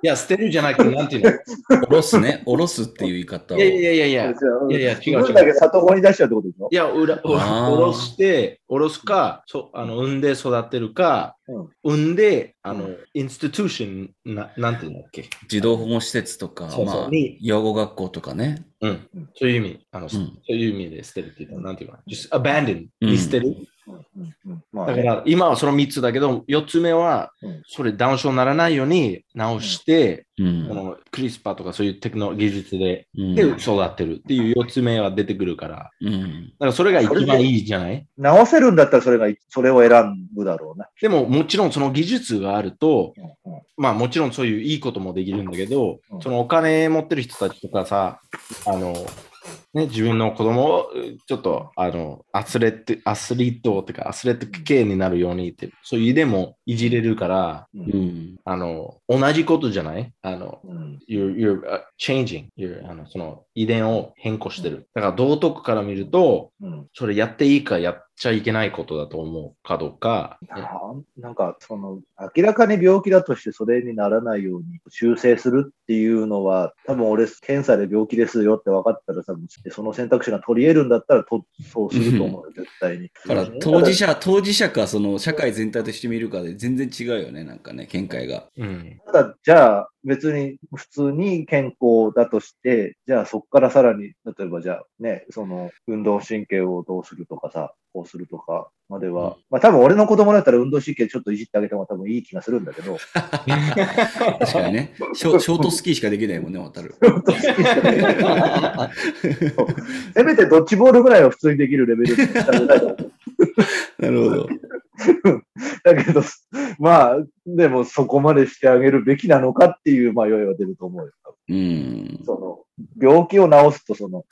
Speaker 3: いや、捨てるじゃなくて、なんていうの
Speaker 1: おろすね。おろすっていう言い方を。
Speaker 3: いやいやいやいや。い
Speaker 2: い
Speaker 3: やいや違う違う
Speaker 2: 産んだけど里子に出しちゃうってことでしょ
Speaker 3: いや、うら、お
Speaker 1: あー
Speaker 3: おろして、おろすか、そあの産んで育てるか、産んで、あの、インスティテューション、ななんていうんだっけ、
Speaker 1: 児童保護施設とか、
Speaker 3: そうそう
Speaker 1: まあ
Speaker 3: に、
Speaker 1: 養護学校とかね。
Speaker 3: うん、そういう意味、あの、
Speaker 1: ん
Speaker 3: そういう意味で捨てるっていうのは、なんていうか、just abandon
Speaker 1: うん
Speaker 3: に捨てる。
Speaker 2: うんうんうんまあ
Speaker 3: だから、今はその3つだけど、4つ目は
Speaker 2: うん、
Speaker 3: それ、ダウン症にならないように直して、
Speaker 1: うん
Speaker 3: こ。のクリスパーとかそういうテクノ技術で、
Speaker 1: うん
Speaker 3: で、育ってるっていう4つ目は出てくるから、だか
Speaker 1: うん。
Speaker 3: らそれが一番いいじゃない
Speaker 2: 直せるんだったらそれが、それを選ぶだろうな。
Speaker 3: でも、もちろんその技術があると、
Speaker 2: うんうん
Speaker 3: まあもちろんそういういいこともできるんだけど、
Speaker 2: うん
Speaker 3: そのお金持ってる人たちとかさ、あの、ね、自分の子供をちょっとあのアスレット、アスリートっていうかアスレット系になるようにって、そういうでもいじれるから、
Speaker 1: うん。
Speaker 3: あの、同じことじゃないあの、
Speaker 2: うん。
Speaker 3: you're, you're uh, changing, you're, あのその遺伝を変更してる。だから道徳から見ると、
Speaker 2: うん
Speaker 3: それやっていいかやっちゃいけないことだと思うかどうか、
Speaker 2: なんなんか、その、明らかに病気だとしてそれにならないように修正するっていうのは、多分俺、検査で病気ですよって分かったら、多分その選択肢が取り得るんだったらと、そうすると思うよ、絶対に。
Speaker 1: だから当事者、当事者か、 その社会全体として見るかで全然違うよね、なんかね、見解が。
Speaker 3: うん、
Speaker 2: ただ、じゃあ、別に普通に健康だとして、じゃあそこからさらに、例えばじゃあね、その運動神経をどうするとかさ、こうするとかまでは、まあ多分俺の子供だったら運動神経ちょっといじってあげた方が多分いい気がするんだけど、
Speaker 1: 確かにねショ。ショートスキーしかできないもんね、渡る。
Speaker 2: せめてドッジボールぐらいは普通にできるレベルにしたら
Speaker 1: なるほど。
Speaker 2: だけど、まあ、でもそこまでしてあげるべきなのかっていう迷いは出ると思うよ。
Speaker 1: うん。
Speaker 2: その、病気を治すと、その、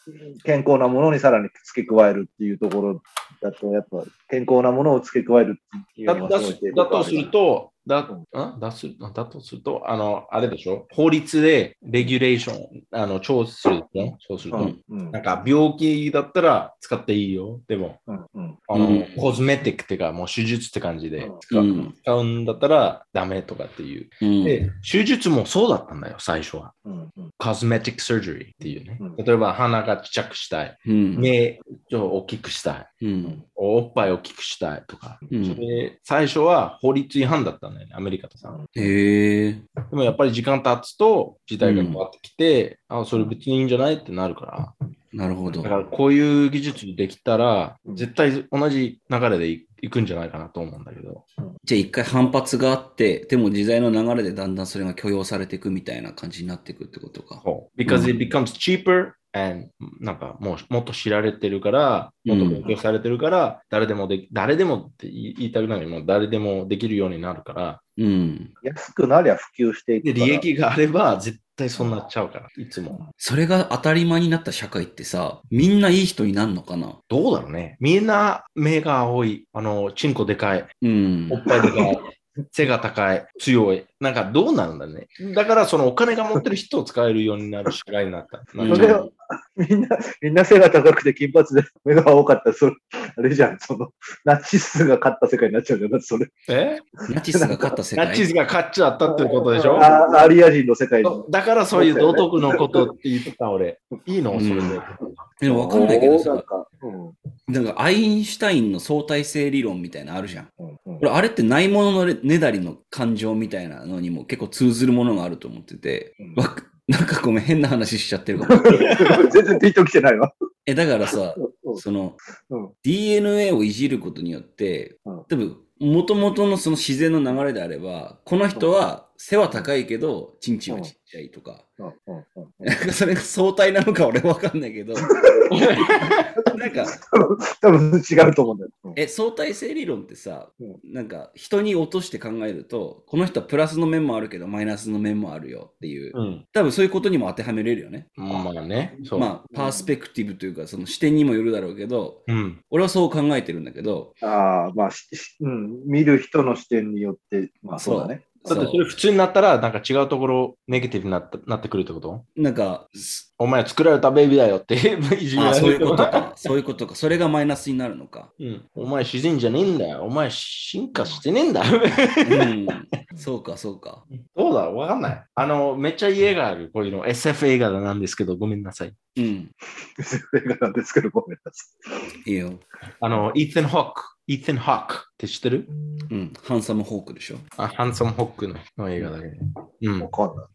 Speaker 2: 健康なものにさらに付け加えるっていうところだと、やっぱ、健康なものを付け加えるっていう
Speaker 3: だ
Speaker 2: の
Speaker 3: だ
Speaker 2: は
Speaker 3: だ
Speaker 2: すごい抵抗
Speaker 3: だ
Speaker 2: があ
Speaker 3: とすると、だんだすだとすると、あの、あれでしょ法律でレギュレーション、あの、調整するね。そうすると、
Speaker 2: うん、うん
Speaker 3: なんか病気だったら使っていいよ。でも、
Speaker 2: うん、うん。
Speaker 3: あの、
Speaker 1: うん
Speaker 3: コスメティックっていうか、もう手術って感じで使
Speaker 1: う
Speaker 3: う,、
Speaker 1: ん。
Speaker 3: 使うんだったらダメとかっていう。
Speaker 1: うん
Speaker 3: で、手術もそうだったんだよ、最初は。
Speaker 2: うん、うん、
Speaker 3: コスメティックサージュリーっていうね
Speaker 2: うん。
Speaker 3: 例えば鼻がちっちゃくしたい。
Speaker 1: うん。
Speaker 3: 目を大きくしたい。
Speaker 1: うん。
Speaker 3: おっぱいを大きくしたいとか。
Speaker 1: うん
Speaker 3: それ最初は法律違反だったんだよね、アメリカとさ。
Speaker 1: へえ。
Speaker 3: でもやっぱり時間経つと時代が変わってきて、あ、それ別にいいんじゃないってなるから。
Speaker 1: なるほど
Speaker 3: だか。らこういう技術できたら、
Speaker 2: うん
Speaker 3: 絶対同じ流れでいいくんじゃないかなと思うんだけど。
Speaker 1: じゃあ一回反発があって、でも時代の流れでだんだんそれが許容されていくみたいな感じになっていくってことか。
Speaker 3: そう。because it becomes cheaper and なんかもうもっと知られてるから、もっと勉強されてるから、誰でもでき、誰でもって言い言いたくないけど、もう誰でもできるようになるから、
Speaker 1: うん。
Speaker 2: 安くなりゃ普及してい
Speaker 3: で、
Speaker 2: くから。
Speaker 3: 利益があれば絶対そうなっちゃうから、いつも。
Speaker 1: それが当たり前になった社会ってさ、みんないい人になるのかな
Speaker 3: どうだろうね。みんな目が青い、あの、チンコでかい、
Speaker 1: うん
Speaker 3: お。っぱいで かい。背が高い、強い。なんかどうなるんだね。だからそのお金が持ってる人を使えるようになる社会になった。
Speaker 1: うん
Speaker 2: それは、みんな、みんな背が高くて金髪で目が多かったら、それ、あれじゃん、その、ナチスが勝った世界になっちゃうじゃん、だってそれ。
Speaker 3: え
Speaker 1: ナチスが勝った世界。
Speaker 3: ナチスが勝っちゃったってことでしょ
Speaker 2: あアリア人の世界に。
Speaker 3: だからそういう道徳のことって言ってた俺。いいのそれで。
Speaker 1: うんでもわかんないけど
Speaker 2: おーなん
Speaker 1: さ、
Speaker 2: かうん、
Speaker 1: なんかアインシュタインの相対性理論みたいなのあるじゃん。
Speaker 2: うん、うん。
Speaker 1: 俺、あれってないもののねねだりの感情みたいなのにも結構通ずるものがあると思ってて、
Speaker 2: うん
Speaker 1: わなんかごめん、変な話しちゃってるかも。
Speaker 2: 全然ピンときてないわ。
Speaker 1: え、だからさ、その、
Speaker 2: うん
Speaker 1: DNA をいじることによって
Speaker 2: うん、
Speaker 1: 多分、もともとのその自然の流れであれば、この人は背は高いけど、チンチンはちっちゃいとか、
Speaker 2: うんうんうん
Speaker 1: なんかそれが相対なのか 俺わかんないけど、なんか、
Speaker 2: 多分違うと思うんだよ。うん
Speaker 1: え、相対性理論ってさ
Speaker 2: うん、
Speaker 1: なんか人に落として考えると、この人はプラスの面もあるけど、マイナスの面もあるよっていう、
Speaker 3: うん。
Speaker 1: 多分そういうことにも当てはめれるよね。
Speaker 3: まあね。そう。
Speaker 1: まあ、パースペクティブというか、その視点にもよるだろうけど、
Speaker 3: うん。
Speaker 1: 俺はそう考えてるんだけど、
Speaker 2: ああ、まあ、ししうん、見る人の視点によって、まあそうだね。
Speaker 3: だってそれ普通になったら、なんか違うところ、ネガティブになったなってくるってこと
Speaker 1: なんか、す
Speaker 3: お前作られたベイビーだよって いじめら
Speaker 1: あ
Speaker 3: れ
Speaker 1: そういう
Speaker 3: る
Speaker 1: こと か、 そういうことか、それがマイナスになるのか。
Speaker 3: うん。お前自然じゃねえんだよ。お前進化してねえんだよ。
Speaker 1: うん、 そうか、そうか。
Speaker 3: どうだろうわかんない。あの、めっちゃ家がある、こういうの。SF 映画なんですけど、ごめんなさい。
Speaker 1: うん、
Speaker 2: 映画なんですけど、ごめんなさ
Speaker 1: いいよ。
Speaker 3: あの、イーサン・ホック。イーサン・ホックって知ってる
Speaker 1: うん、ハンサムホークでしょ。
Speaker 3: あハンサム・ホックのの映画だけど。うん
Speaker 2: い。わ。かんない。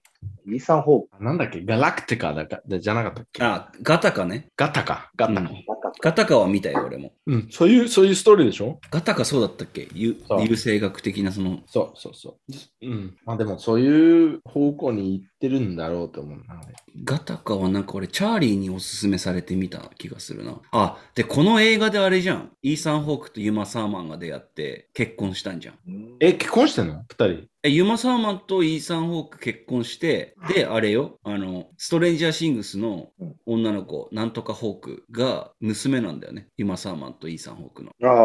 Speaker 2: イーサン・ホ
Speaker 3: なんだっけガラクティカだかだじゃなかったっけ
Speaker 1: あ、ガタカね。
Speaker 3: ガタか。ガタか。
Speaker 1: うん
Speaker 2: ーク。
Speaker 1: ガタカは見たよ、俺も。
Speaker 3: うん、そういう、そういうストーリーでしょ
Speaker 1: ガタカそうだったっけゆ
Speaker 3: そう
Speaker 1: 優生学的なその。
Speaker 3: そうそうそう。うん。まあでも、そういう方向に行ってるんだろうと思うな。
Speaker 1: ガタカはなんか俺、チャーリーにおすすめされてみた気がするな。あ、で、この映画であれじゃん。イーサン・ホークとユマ・サーマンが出会って結婚したんじゃん。
Speaker 3: え、結婚してんの二人。
Speaker 1: え、ユマ・サーマンとイーサン・ホーク結婚して、で、あれよ、あの、ストレンジャー・シングスの女の子、なんとかホークが娘なんだよね。ユマ・サーマンとイーサン・ホークの。
Speaker 2: ああ、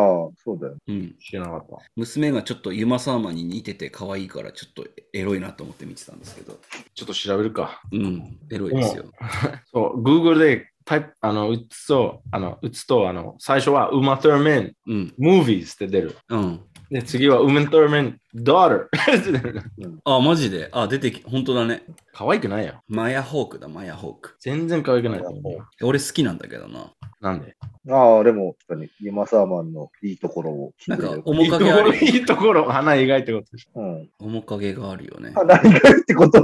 Speaker 2: そうだよ。
Speaker 1: うん。
Speaker 3: 知らなかった。
Speaker 1: 娘がちょっとユマ・サーマンに似てて可愛いから、ちょっとエロいなと思って見てたんですけど。
Speaker 3: ちょっと調べるか。
Speaker 1: うん、エロいですよ。
Speaker 3: そう、Google でタイプ、あの、打つと、あの、打つと、あの、最初は、ウマ・トゥーメン、
Speaker 1: うん、
Speaker 3: ムービーズって出る。
Speaker 1: うん。
Speaker 3: で、次は、ウマ・トゥーメン、ダーターって出る。
Speaker 1: あ、マジで。あ、出てき、本当だね。
Speaker 3: 可愛くないよ。
Speaker 1: マヤホークだ、マヤホーク。
Speaker 3: 全然可愛くないと思う。
Speaker 1: 俺好きなんだけどな。
Speaker 3: なんで
Speaker 2: ああ、でも、確かに、イーマサーマンのいいところを聞
Speaker 1: ないん
Speaker 2: て
Speaker 1: か
Speaker 2: る。
Speaker 1: 面影ある。
Speaker 3: いいところ、いいところ、花意外ってことでしょ
Speaker 2: うん。
Speaker 1: 面影があるよね。
Speaker 2: 何がってこと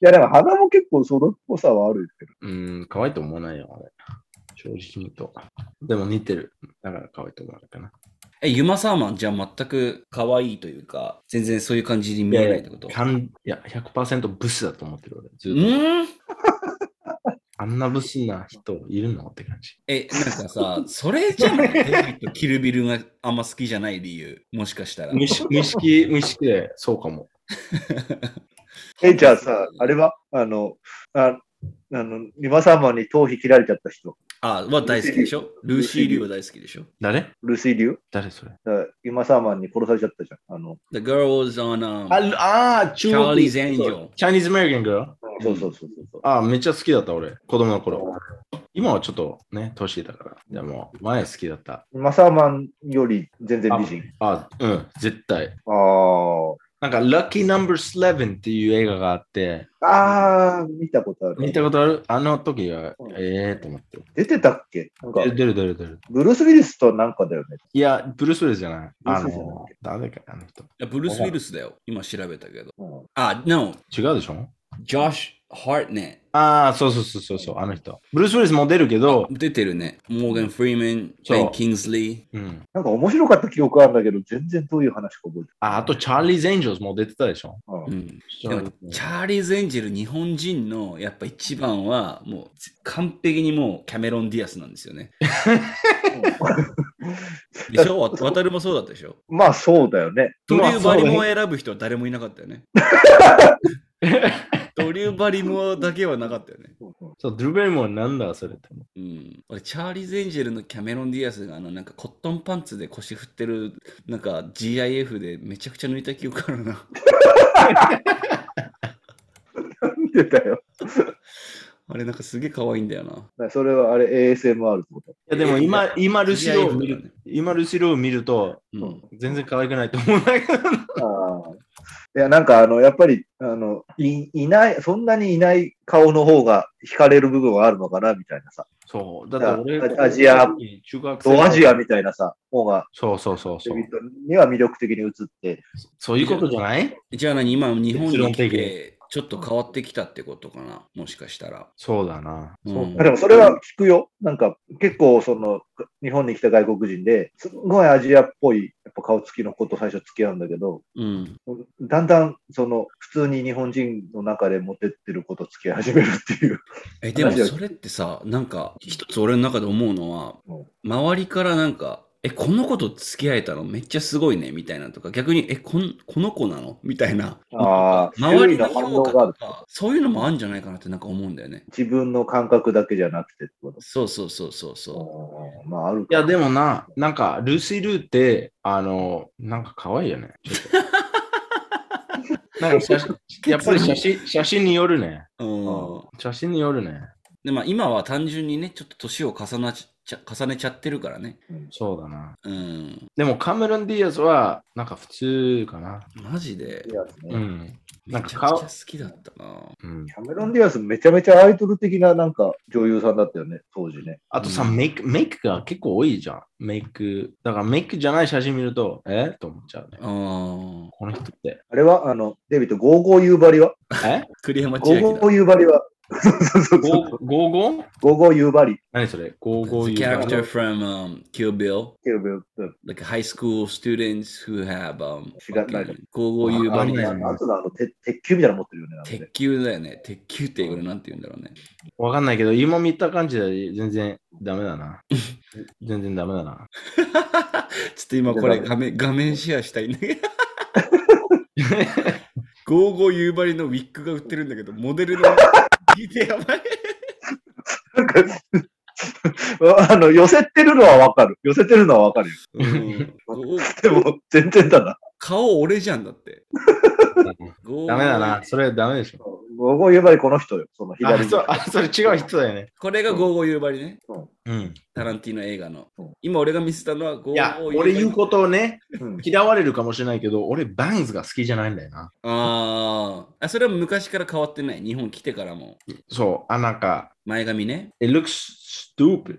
Speaker 2: や、でも鼻も結構そのっぽさはあるけど。
Speaker 3: うーん、可愛いと思わないよ、あれ。正直に言うと。でも似てる。だから可愛いと思わないかな。
Speaker 1: え、ユマサーマンじゃあ全く可愛いというか、全然そういう感じに見えないってこと
Speaker 3: かんいや、100%ブスだと思ってる俺。ず
Speaker 1: う
Speaker 3: っと
Speaker 1: ーん
Speaker 3: あんなブスな人いるのって感 じ。
Speaker 1: え、なんかさ、それじゃないデイビッドキルビルがあんま好きじゃない理由、もしかしたら。
Speaker 3: 無意識、無意識、無意識で、そうかも。
Speaker 2: え、じゃあさ、あれはあの、ああの、今様に頭皮切られちゃった人、
Speaker 1: あ、は大好きでしょルーシー・リューは大好きでしょ
Speaker 3: 誰
Speaker 2: ルシーリュウ
Speaker 3: 誰それ
Speaker 2: だから今様に殺されちゃったじゃん。あの、
Speaker 1: ?The girl was on, um,
Speaker 3: ああ、中
Speaker 1: Charlie's Angel.
Speaker 3: チャイニーズ・アメリカン・グル
Speaker 2: そうそうそうそうそう。
Speaker 3: ああ、めっちゃ好きだった俺、子供の頃。今はちょっとね、年だから。でも、前好きだった。
Speaker 2: マサーマンより全然美人。
Speaker 3: ああ、うん、絶対。
Speaker 2: ああ。
Speaker 3: なんか、Lucky Number 11っていう映画があって、
Speaker 2: ああ、見たことある。
Speaker 3: 見たことあるあの時は
Speaker 2: うん、
Speaker 3: ええー、と思って。
Speaker 2: 出てたっけなんか
Speaker 3: 出、る出る出る出る。
Speaker 2: ブルース・ウィリスとなんかだよね。
Speaker 3: いや、ブルース・ウィルスじゃない。
Speaker 2: ブルー
Speaker 3: あ
Speaker 2: スウィルスじゃない
Speaker 3: の、誰だっけ、あの人。
Speaker 1: いやブルース・ウィルスだよ。今調べたけど。
Speaker 2: うん
Speaker 1: あ、no,
Speaker 3: 違うでしょ
Speaker 1: Josh Hartnett。
Speaker 3: ああ、そうそうそうそうそう、あの人。ブルース・ウィルスも出るけど、
Speaker 1: 出てるね。モーガン・フリーメン、
Speaker 3: そう
Speaker 1: ベン・キンズリ
Speaker 3: うん。
Speaker 2: なんか面白かった記憶あるんだけど、全然どういう話か覚えて
Speaker 3: ああと、チャーリーズ・エンジョルズも出てたでしょ
Speaker 2: ない。
Speaker 1: ー。
Speaker 2: う
Speaker 1: うんんでもチャーリーズ・エンジェル日本人のやっぱ一番はもう完璧にもうキャメロン・ディアスなんですよ ね。でしょわ渡るもそうだったでしょ
Speaker 2: まあそうだよね。
Speaker 1: ドリュー・バリモ
Speaker 3: まあ
Speaker 1: ア選ぶ人は誰もいなかったよ ね。ドリュー・バリモアだけはなかったよね。
Speaker 3: そう、ドゥルーベリモアなんだ、それって。
Speaker 1: うん、俺チャーリーズ・エンジェルのキャメロン・ディアスがあのなんかコットンパンツで腰振ってるなんか GIF でめちゃくちゃ抜いた記憶あるな。
Speaker 2: なんでだよ。
Speaker 1: あれなんかすげえ可愛いんだよな。
Speaker 2: それはあれ ASMR ってこと。
Speaker 3: いや、でも
Speaker 1: い
Speaker 3: 今
Speaker 1: や、
Speaker 3: 今、ルシロを見
Speaker 1: GIF だ
Speaker 3: る
Speaker 1: ね、
Speaker 3: 今、ルシロを見ると、
Speaker 1: う
Speaker 2: うんん
Speaker 3: 全然可愛くないと思うんだけど。
Speaker 2: ああいや、なんかあの、やっぱり、あの、いいない、そんなにいない顔の方が惹かれる部分はあるのかな、みたいなさ。
Speaker 3: そう、だって俺、
Speaker 2: アジア、
Speaker 3: 中学生。
Speaker 2: ドアジアみたいなさ、方が、
Speaker 3: そうそうそう
Speaker 2: デ
Speaker 3: そう
Speaker 2: ビッ。トには魅力的に映って。
Speaker 3: そういうことじゃない
Speaker 1: じゃあ何今日本に来
Speaker 3: 結論的
Speaker 1: てちょっと変わってきたってことかなもしかしたら。
Speaker 3: そうだな。
Speaker 1: うん
Speaker 3: そう
Speaker 2: でもそれは聞くよ。なんか、結構その、日本に来た外国人で、すごいアジアっぽい、やっぱ顔つきの子と最初付き合うんだけど、
Speaker 1: うん。
Speaker 2: だんだん、その、普通に日本人の中でモテってること付き合い始めるっていう。
Speaker 1: え、でも
Speaker 2: 話は
Speaker 1: それってさ、なんか一つ俺の中で思うのは
Speaker 2: うん、
Speaker 1: 周りからなんか、え、この子と付き合えたのめっちゃすごいねみたいなとか、逆に、え、こんこの子なのみたいな。
Speaker 2: ああ、
Speaker 1: 周
Speaker 2: 周
Speaker 1: り
Speaker 2: 囲
Speaker 1: の
Speaker 2: の反応
Speaker 1: 評
Speaker 2: があ
Speaker 1: 価と
Speaker 2: る。
Speaker 1: か、そういうのもあるんじゃないかなってなんか思うんだよね。
Speaker 2: 自分の感覚だけじゃなくてってこと。
Speaker 1: そうそうそうそうそ
Speaker 2: あーまあ、ある
Speaker 3: い
Speaker 2: か
Speaker 3: や、でもな、なんか、ルーシー・ルーって、あの、なんか可愛いよね。ちょっとな んか写真、やっぱり写真写真によるね。
Speaker 1: う。うん。
Speaker 3: 写真によるね。
Speaker 1: で、まあ今は単純にね、ちょっと年を重なちゃ重ねちゃってるからね。
Speaker 3: そうだな。
Speaker 1: うん。
Speaker 3: でも、カメロン・ディアスは、なんか普通かな。
Speaker 1: マジで
Speaker 2: い、やですね
Speaker 3: うん。
Speaker 1: め
Speaker 3: なん
Speaker 1: ちゃ
Speaker 3: か
Speaker 1: くちゃ
Speaker 3: 顔
Speaker 1: 好きだったな。
Speaker 3: うん、
Speaker 2: キャメロン・ディアスめちゃめちゃアイドル的ななんか女優さんだったよね、当時ね。
Speaker 3: あとさ、
Speaker 1: うん
Speaker 3: メイク、メイクが結構多いじゃん。メイク。だからメイクじゃない写真見ると、えと思っちゃうね。
Speaker 1: あ
Speaker 3: この人って。
Speaker 2: あれは、あの、デビット、ゴーゴー夕張は
Speaker 3: え
Speaker 1: あ。栗山
Speaker 2: ゴ
Speaker 1: 千
Speaker 2: ー
Speaker 1: 明
Speaker 2: ゴ
Speaker 1: だ。
Speaker 2: ー夕張は そうそうそう。
Speaker 3: ?55?
Speaker 2: ゴーゴー夕張。
Speaker 3: 何それ ?55
Speaker 1: The
Speaker 3: 言う
Speaker 1: character from um, Kill Bill,
Speaker 2: ケーブルうん
Speaker 1: like high school students who have um,
Speaker 2: 違うない
Speaker 1: fucking- 高校言う
Speaker 3: わ
Speaker 1: バ
Speaker 3: か
Speaker 1: リ
Speaker 3: んない
Speaker 2: ああとのあの、鉄鉄球みたいなの持ってるよねなんかね
Speaker 1: 鉄。球だよね。鉄球って俺なんて言うんだろうね。
Speaker 3: わかんないけど、今見た感じで全然ダメだな。全然ダメだな。
Speaker 1: ちょっと今これ画面画面シェアしたいんだ けど。ゴーゴー夕張のウィッグが売ってるんだけど、モデルの聞いてやばい。
Speaker 2: なんかあの、寄せてるのはわかる。寄せてるのはわかるよ。
Speaker 1: うんゴー
Speaker 2: でも、全然だな。
Speaker 1: 顔俺じゃんだって。ゴーゴー
Speaker 3: ダメだな。。それダメでしょ。
Speaker 2: ゴーゴー夕張この人よ。その
Speaker 3: あ
Speaker 2: 左、
Speaker 3: そう、あ、それ違う人だよね。
Speaker 1: これがゴーゴー夕張ね。
Speaker 3: うん。
Speaker 1: タランティーノ映画の
Speaker 2: うん。
Speaker 1: 今俺が見せたのはゴ
Speaker 3: いや
Speaker 1: ーゴ、ー
Speaker 3: 俺言う
Speaker 1: と。
Speaker 3: ことをね、
Speaker 2: うん
Speaker 3: 嫌われるかもしれないけど、俺バンズが好きじゃないんだよな。
Speaker 1: あーあ、それは昔から変わってない。日本来てからも。
Speaker 3: そう、あ、なんか、
Speaker 1: 前髪ね。
Speaker 3: it looks stupid.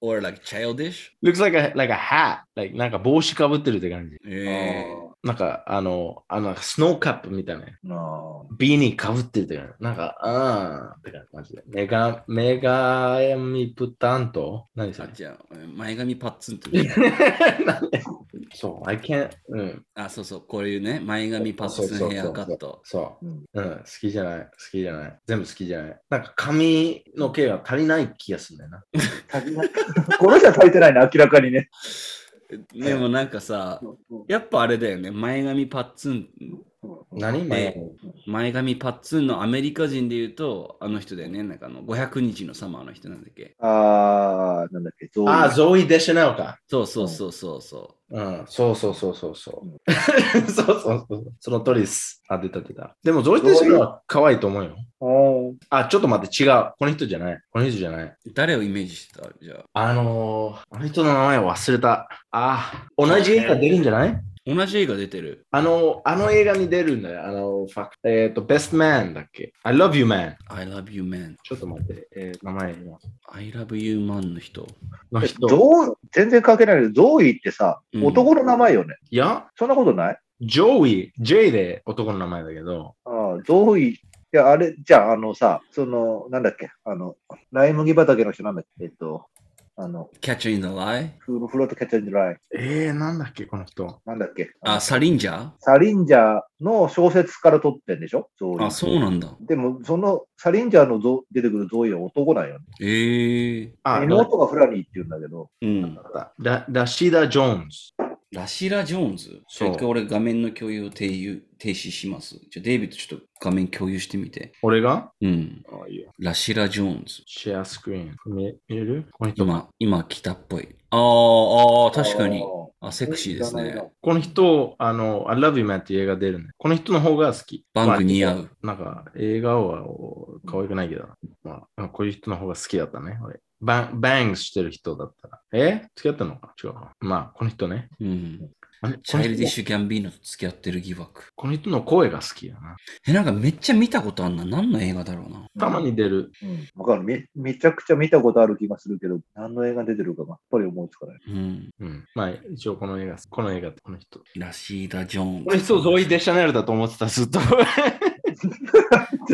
Speaker 1: or like childish.
Speaker 3: looks like a, like a hat. Like, なんか帽子かぶってるって感じ。
Speaker 1: えー
Speaker 3: なんか、あの、あの、スノーカップみたいな。
Speaker 2: あ
Speaker 3: ビーニーかぶってるとか、なんか、あーって感じで。メガ、メガヤミプタント何そ
Speaker 1: あ
Speaker 3: れ
Speaker 1: じゃあ、前髪パッツンと。
Speaker 3: なんでそう、I can't, うん、
Speaker 1: あ、そうそう、こういうね、前髪パッツンヘアカット。
Speaker 3: そう。
Speaker 2: うん
Speaker 3: うん、好きじゃない、好きじゃない。全部好きじゃない。なんか髪の毛が足りない気がするんだよな。
Speaker 2: 足りない。この人は足りてないね、明らかにね。
Speaker 1: でもなんかさ、やっぱあれだよね、前髪パッツン、
Speaker 3: 何前髪
Speaker 1: 前髪パッツンのアメリカ人で言うと、あの人だよね、なんかあの、500日のサマーの人なんだっけ。
Speaker 2: あー、なんだっけ、ゾウ
Speaker 3: ああ、ゾイ・デシャネルか。
Speaker 1: そうそうそうそうそ
Speaker 3: うん、そうそうそうそう そう。そうそうそう。その通りです。あ、出た出た。でも、ゾイ・デシャネルは可愛いと思うよ。
Speaker 2: おー
Speaker 3: あ、ちょっと待って、違う。この人じゃない。この人じゃない。
Speaker 1: う。誰をイメージしてたじゃあ。
Speaker 3: あのー、あの人の名前忘れた。あー、同じ映画出るんじゃない
Speaker 1: 同じ映画出てる。
Speaker 3: あの、あの映画に出るんだよ。あの、ファクえっ、と、Best Man だっけ ?I love you, man.
Speaker 1: I love you man.
Speaker 3: ちょっと待って、えー名前今
Speaker 1: I love you man の人。
Speaker 3: の
Speaker 2: え
Speaker 3: 人。
Speaker 2: ゾウ全然関係ないけど、ゾウイってさ、
Speaker 1: うん
Speaker 2: 男の名前よね。
Speaker 3: いや、
Speaker 2: そんなことない
Speaker 3: ジョイ、J で男の名前だけど、
Speaker 2: ああ、どうい、いや、あれ、じゃあ、あのさ、その、なんだっけ、あの、ライ麦畑の人なんだっけ、えっと、あの、
Speaker 1: Catch in the lie?
Speaker 2: フロフロートキャッチャーズライン、
Speaker 3: えー、なんだっけ、この人。
Speaker 2: なんだっけ、
Speaker 1: あ、サリンジャ
Speaker 2: サリンジャーの小説から撮ってんでしょ、ゾウ
Speaker 1: ーあ、そうなんだ。
Speaker 2: でも、その、サリンジャーのゾウ出てくるゾウイは男なんよね。
Speaker 1: ええ
Speaker 3: あ、
Speaker 2: 妹がフラリーって言うんだけど、
Speaker 1: うん。
Speaker 3: ララシダ・ジョーンズ。
Speaker 1: ラシラ・ジョーンズ。ち
Speaker 3: そう
Speaker 1: ょ一回俺画面の共有を停止停止します。じゃあデイビッドちょっと画面共有してみて。
Speaker 3: 俺が
Speaker 1: うん。
Speaker 3: あいいよ。
Speaker 1: ラシラ・ジョーンズ。
Speaker 3: シェアスクリーン。見見れるこの人
Speaker 1: 今、今来たっぽい。あーあー、確かに
Speaker 2: あ。ー
Speaker 1: あ、セクシーです
Speaker 2: 知らない
Speaker 1: ね
Speaker 2: な。
Speaker 3: この人、あの、I love you, man っていう映画出るね。この人の方が好き。
Speaker 1: バンク似合
Speaker 3: ま
Speaker 1: う。
Speaker 3: あ。なんか、映画はお可愛くないけど、まあ、こういう人の方が好きだったね、俺。バン、バングしてる人だったら。え付き合ったのか違うか。まあ、この人ね。
Speaker 1: うん。
Speaker 3: あれ
Speaker 1: チャイルディッ
Speaker 3: この人
Speaker 1: シュ・ギャンビーノと付き合ってる疑惑。
Speaker 3: この人の声が好きやな。
Speaker 1: え、なんかめっちゃ見たことあんな。何の映画だろうな。
Speaker 3: たまに出る。
Speaker 2: うん、わかるめ。めちゃくちゃ見たことある気がするけど、何の映画出てるかがやっぱり思いつかない。
Speaker 1: うん。
Speaker 3: うん。まあ、一応この映画、この映画ってこの人。
Speaker 1: ラシーダ・ジョーンズ。
Speaker 3: この人、ゾイ・デシャネルだと思ってた、ずっと。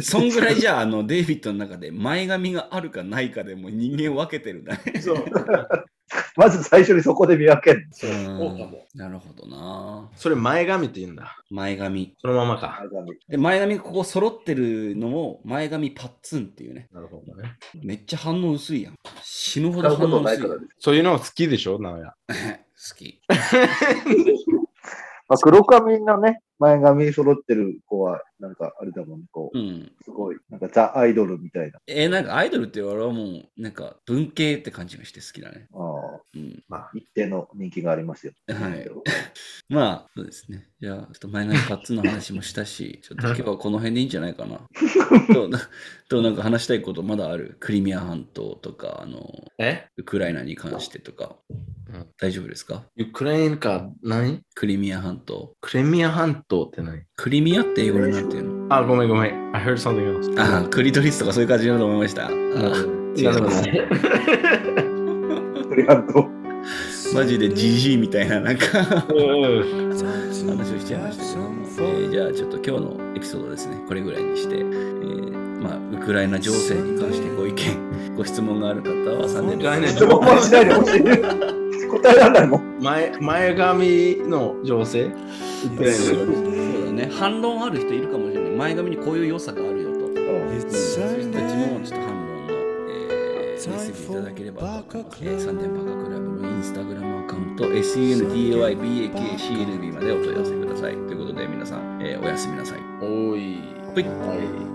Speaker 1: そんぐらいじゃあ、あの、デイビッドの中で前髪があるかないかでもう人間分けてるんだね。
Speaker 3: そう。
Speaker 2: まず最初にそこで見分けんの。
Speaker 3: そうそうかも。
Speaker 1: なるほどな。
Speaker 3: それ、前髪って言うんだ。
Speaker 1: 前髪。
Speaker 3: そのままか。
Speaker 1: で、前髪ここ揃ってるのも前髪パッツンっていうね。
Speaker 3: なるほどね。
Speaker 1: めっちゃ反応薄いやん。死ぬほ
Speaker 2: 使
Speaker 1: ど
Speaker 2: うこ
Speaker 1: 反
Speaker 2: と
Speaker 1: 応
Speaker 2: な
Speaker 1: 薄
Speaker 2: い
Speaker 1: い。
Speaker 2: からです。
Speaker 3: そういうの好きでしょ、なおや。
Speaker 1: 好き。
Speaker 2: まあ、黒髪のね、前髪揃ってる子は、なんかあれだもんね、こ
Speaker 1: うん。
Speaker 2: う、すごい、なんかザ・アイドルみたいな。
Speaker 1: えーなんかアイドルって俺はもう、なんか文系って感じがして好きだね。
Speaker 2: ああ
Speaker 1: うん。
Speaker 2: 一定の人気がありますよ。
Speaker 1: はい。まあ、そうですね。じゃあ、ちょっと前髪パッツンの話もした し、ちょっと今日はこの辺でいいんじゃないかな。と、なとなんか話したいことまだある。クリミア半島とか、あの、
Speaker 3: え
Speaker 1: ウクライナに関してとか。
Speaker 3: うん
Speaker 1: 大丈夫ですか
Speaker 3: ウクライナか何
Speaker 1: クリミア半島。
Speaker 3: クレミア半島って何
Speaker 1: クリミアって英語でなんていうの
Speaker 3: あ、ごめんごめん。I heard something else.
Speaker 1: ああ、クリトリスとかそういう感じだと思いました。あー
Speaker 3: 違うね。
Speaker 2: とりあえず、
Speaker 1: マジでジジイみたいな、なんか
Speaker 3: うん
Speaker 1: 話をしちゃいましたけども、えーじゃあちょっと今日のエピソードですね、これぐらいにして、えーまあ、ウクライナ情勢に関してご意見、ご質問がある方はサンデー
Speaker 3: ウクライ ナ
Speaker 2: 質問はしないでほしい。答えられないもん。
Speaker 3: 前前髪の情勢ウクライナ
Speaker 1: そう
Speaker 3: の
Speaker 1: そうだね、反論ある人いるかもしれない。前髪にこういう良さがあるよと。そういう人たちもちょっと反論の、えー、メッセージいただければと思います。えー、三点バカクラブのインスタグラムアカウント SUNDAYBAKCLB までお問い合わせください。ということで皆さん、えーおやすみなさい。
Speaker 3: おい。
Speaker 1: はい
Speaker 3: はい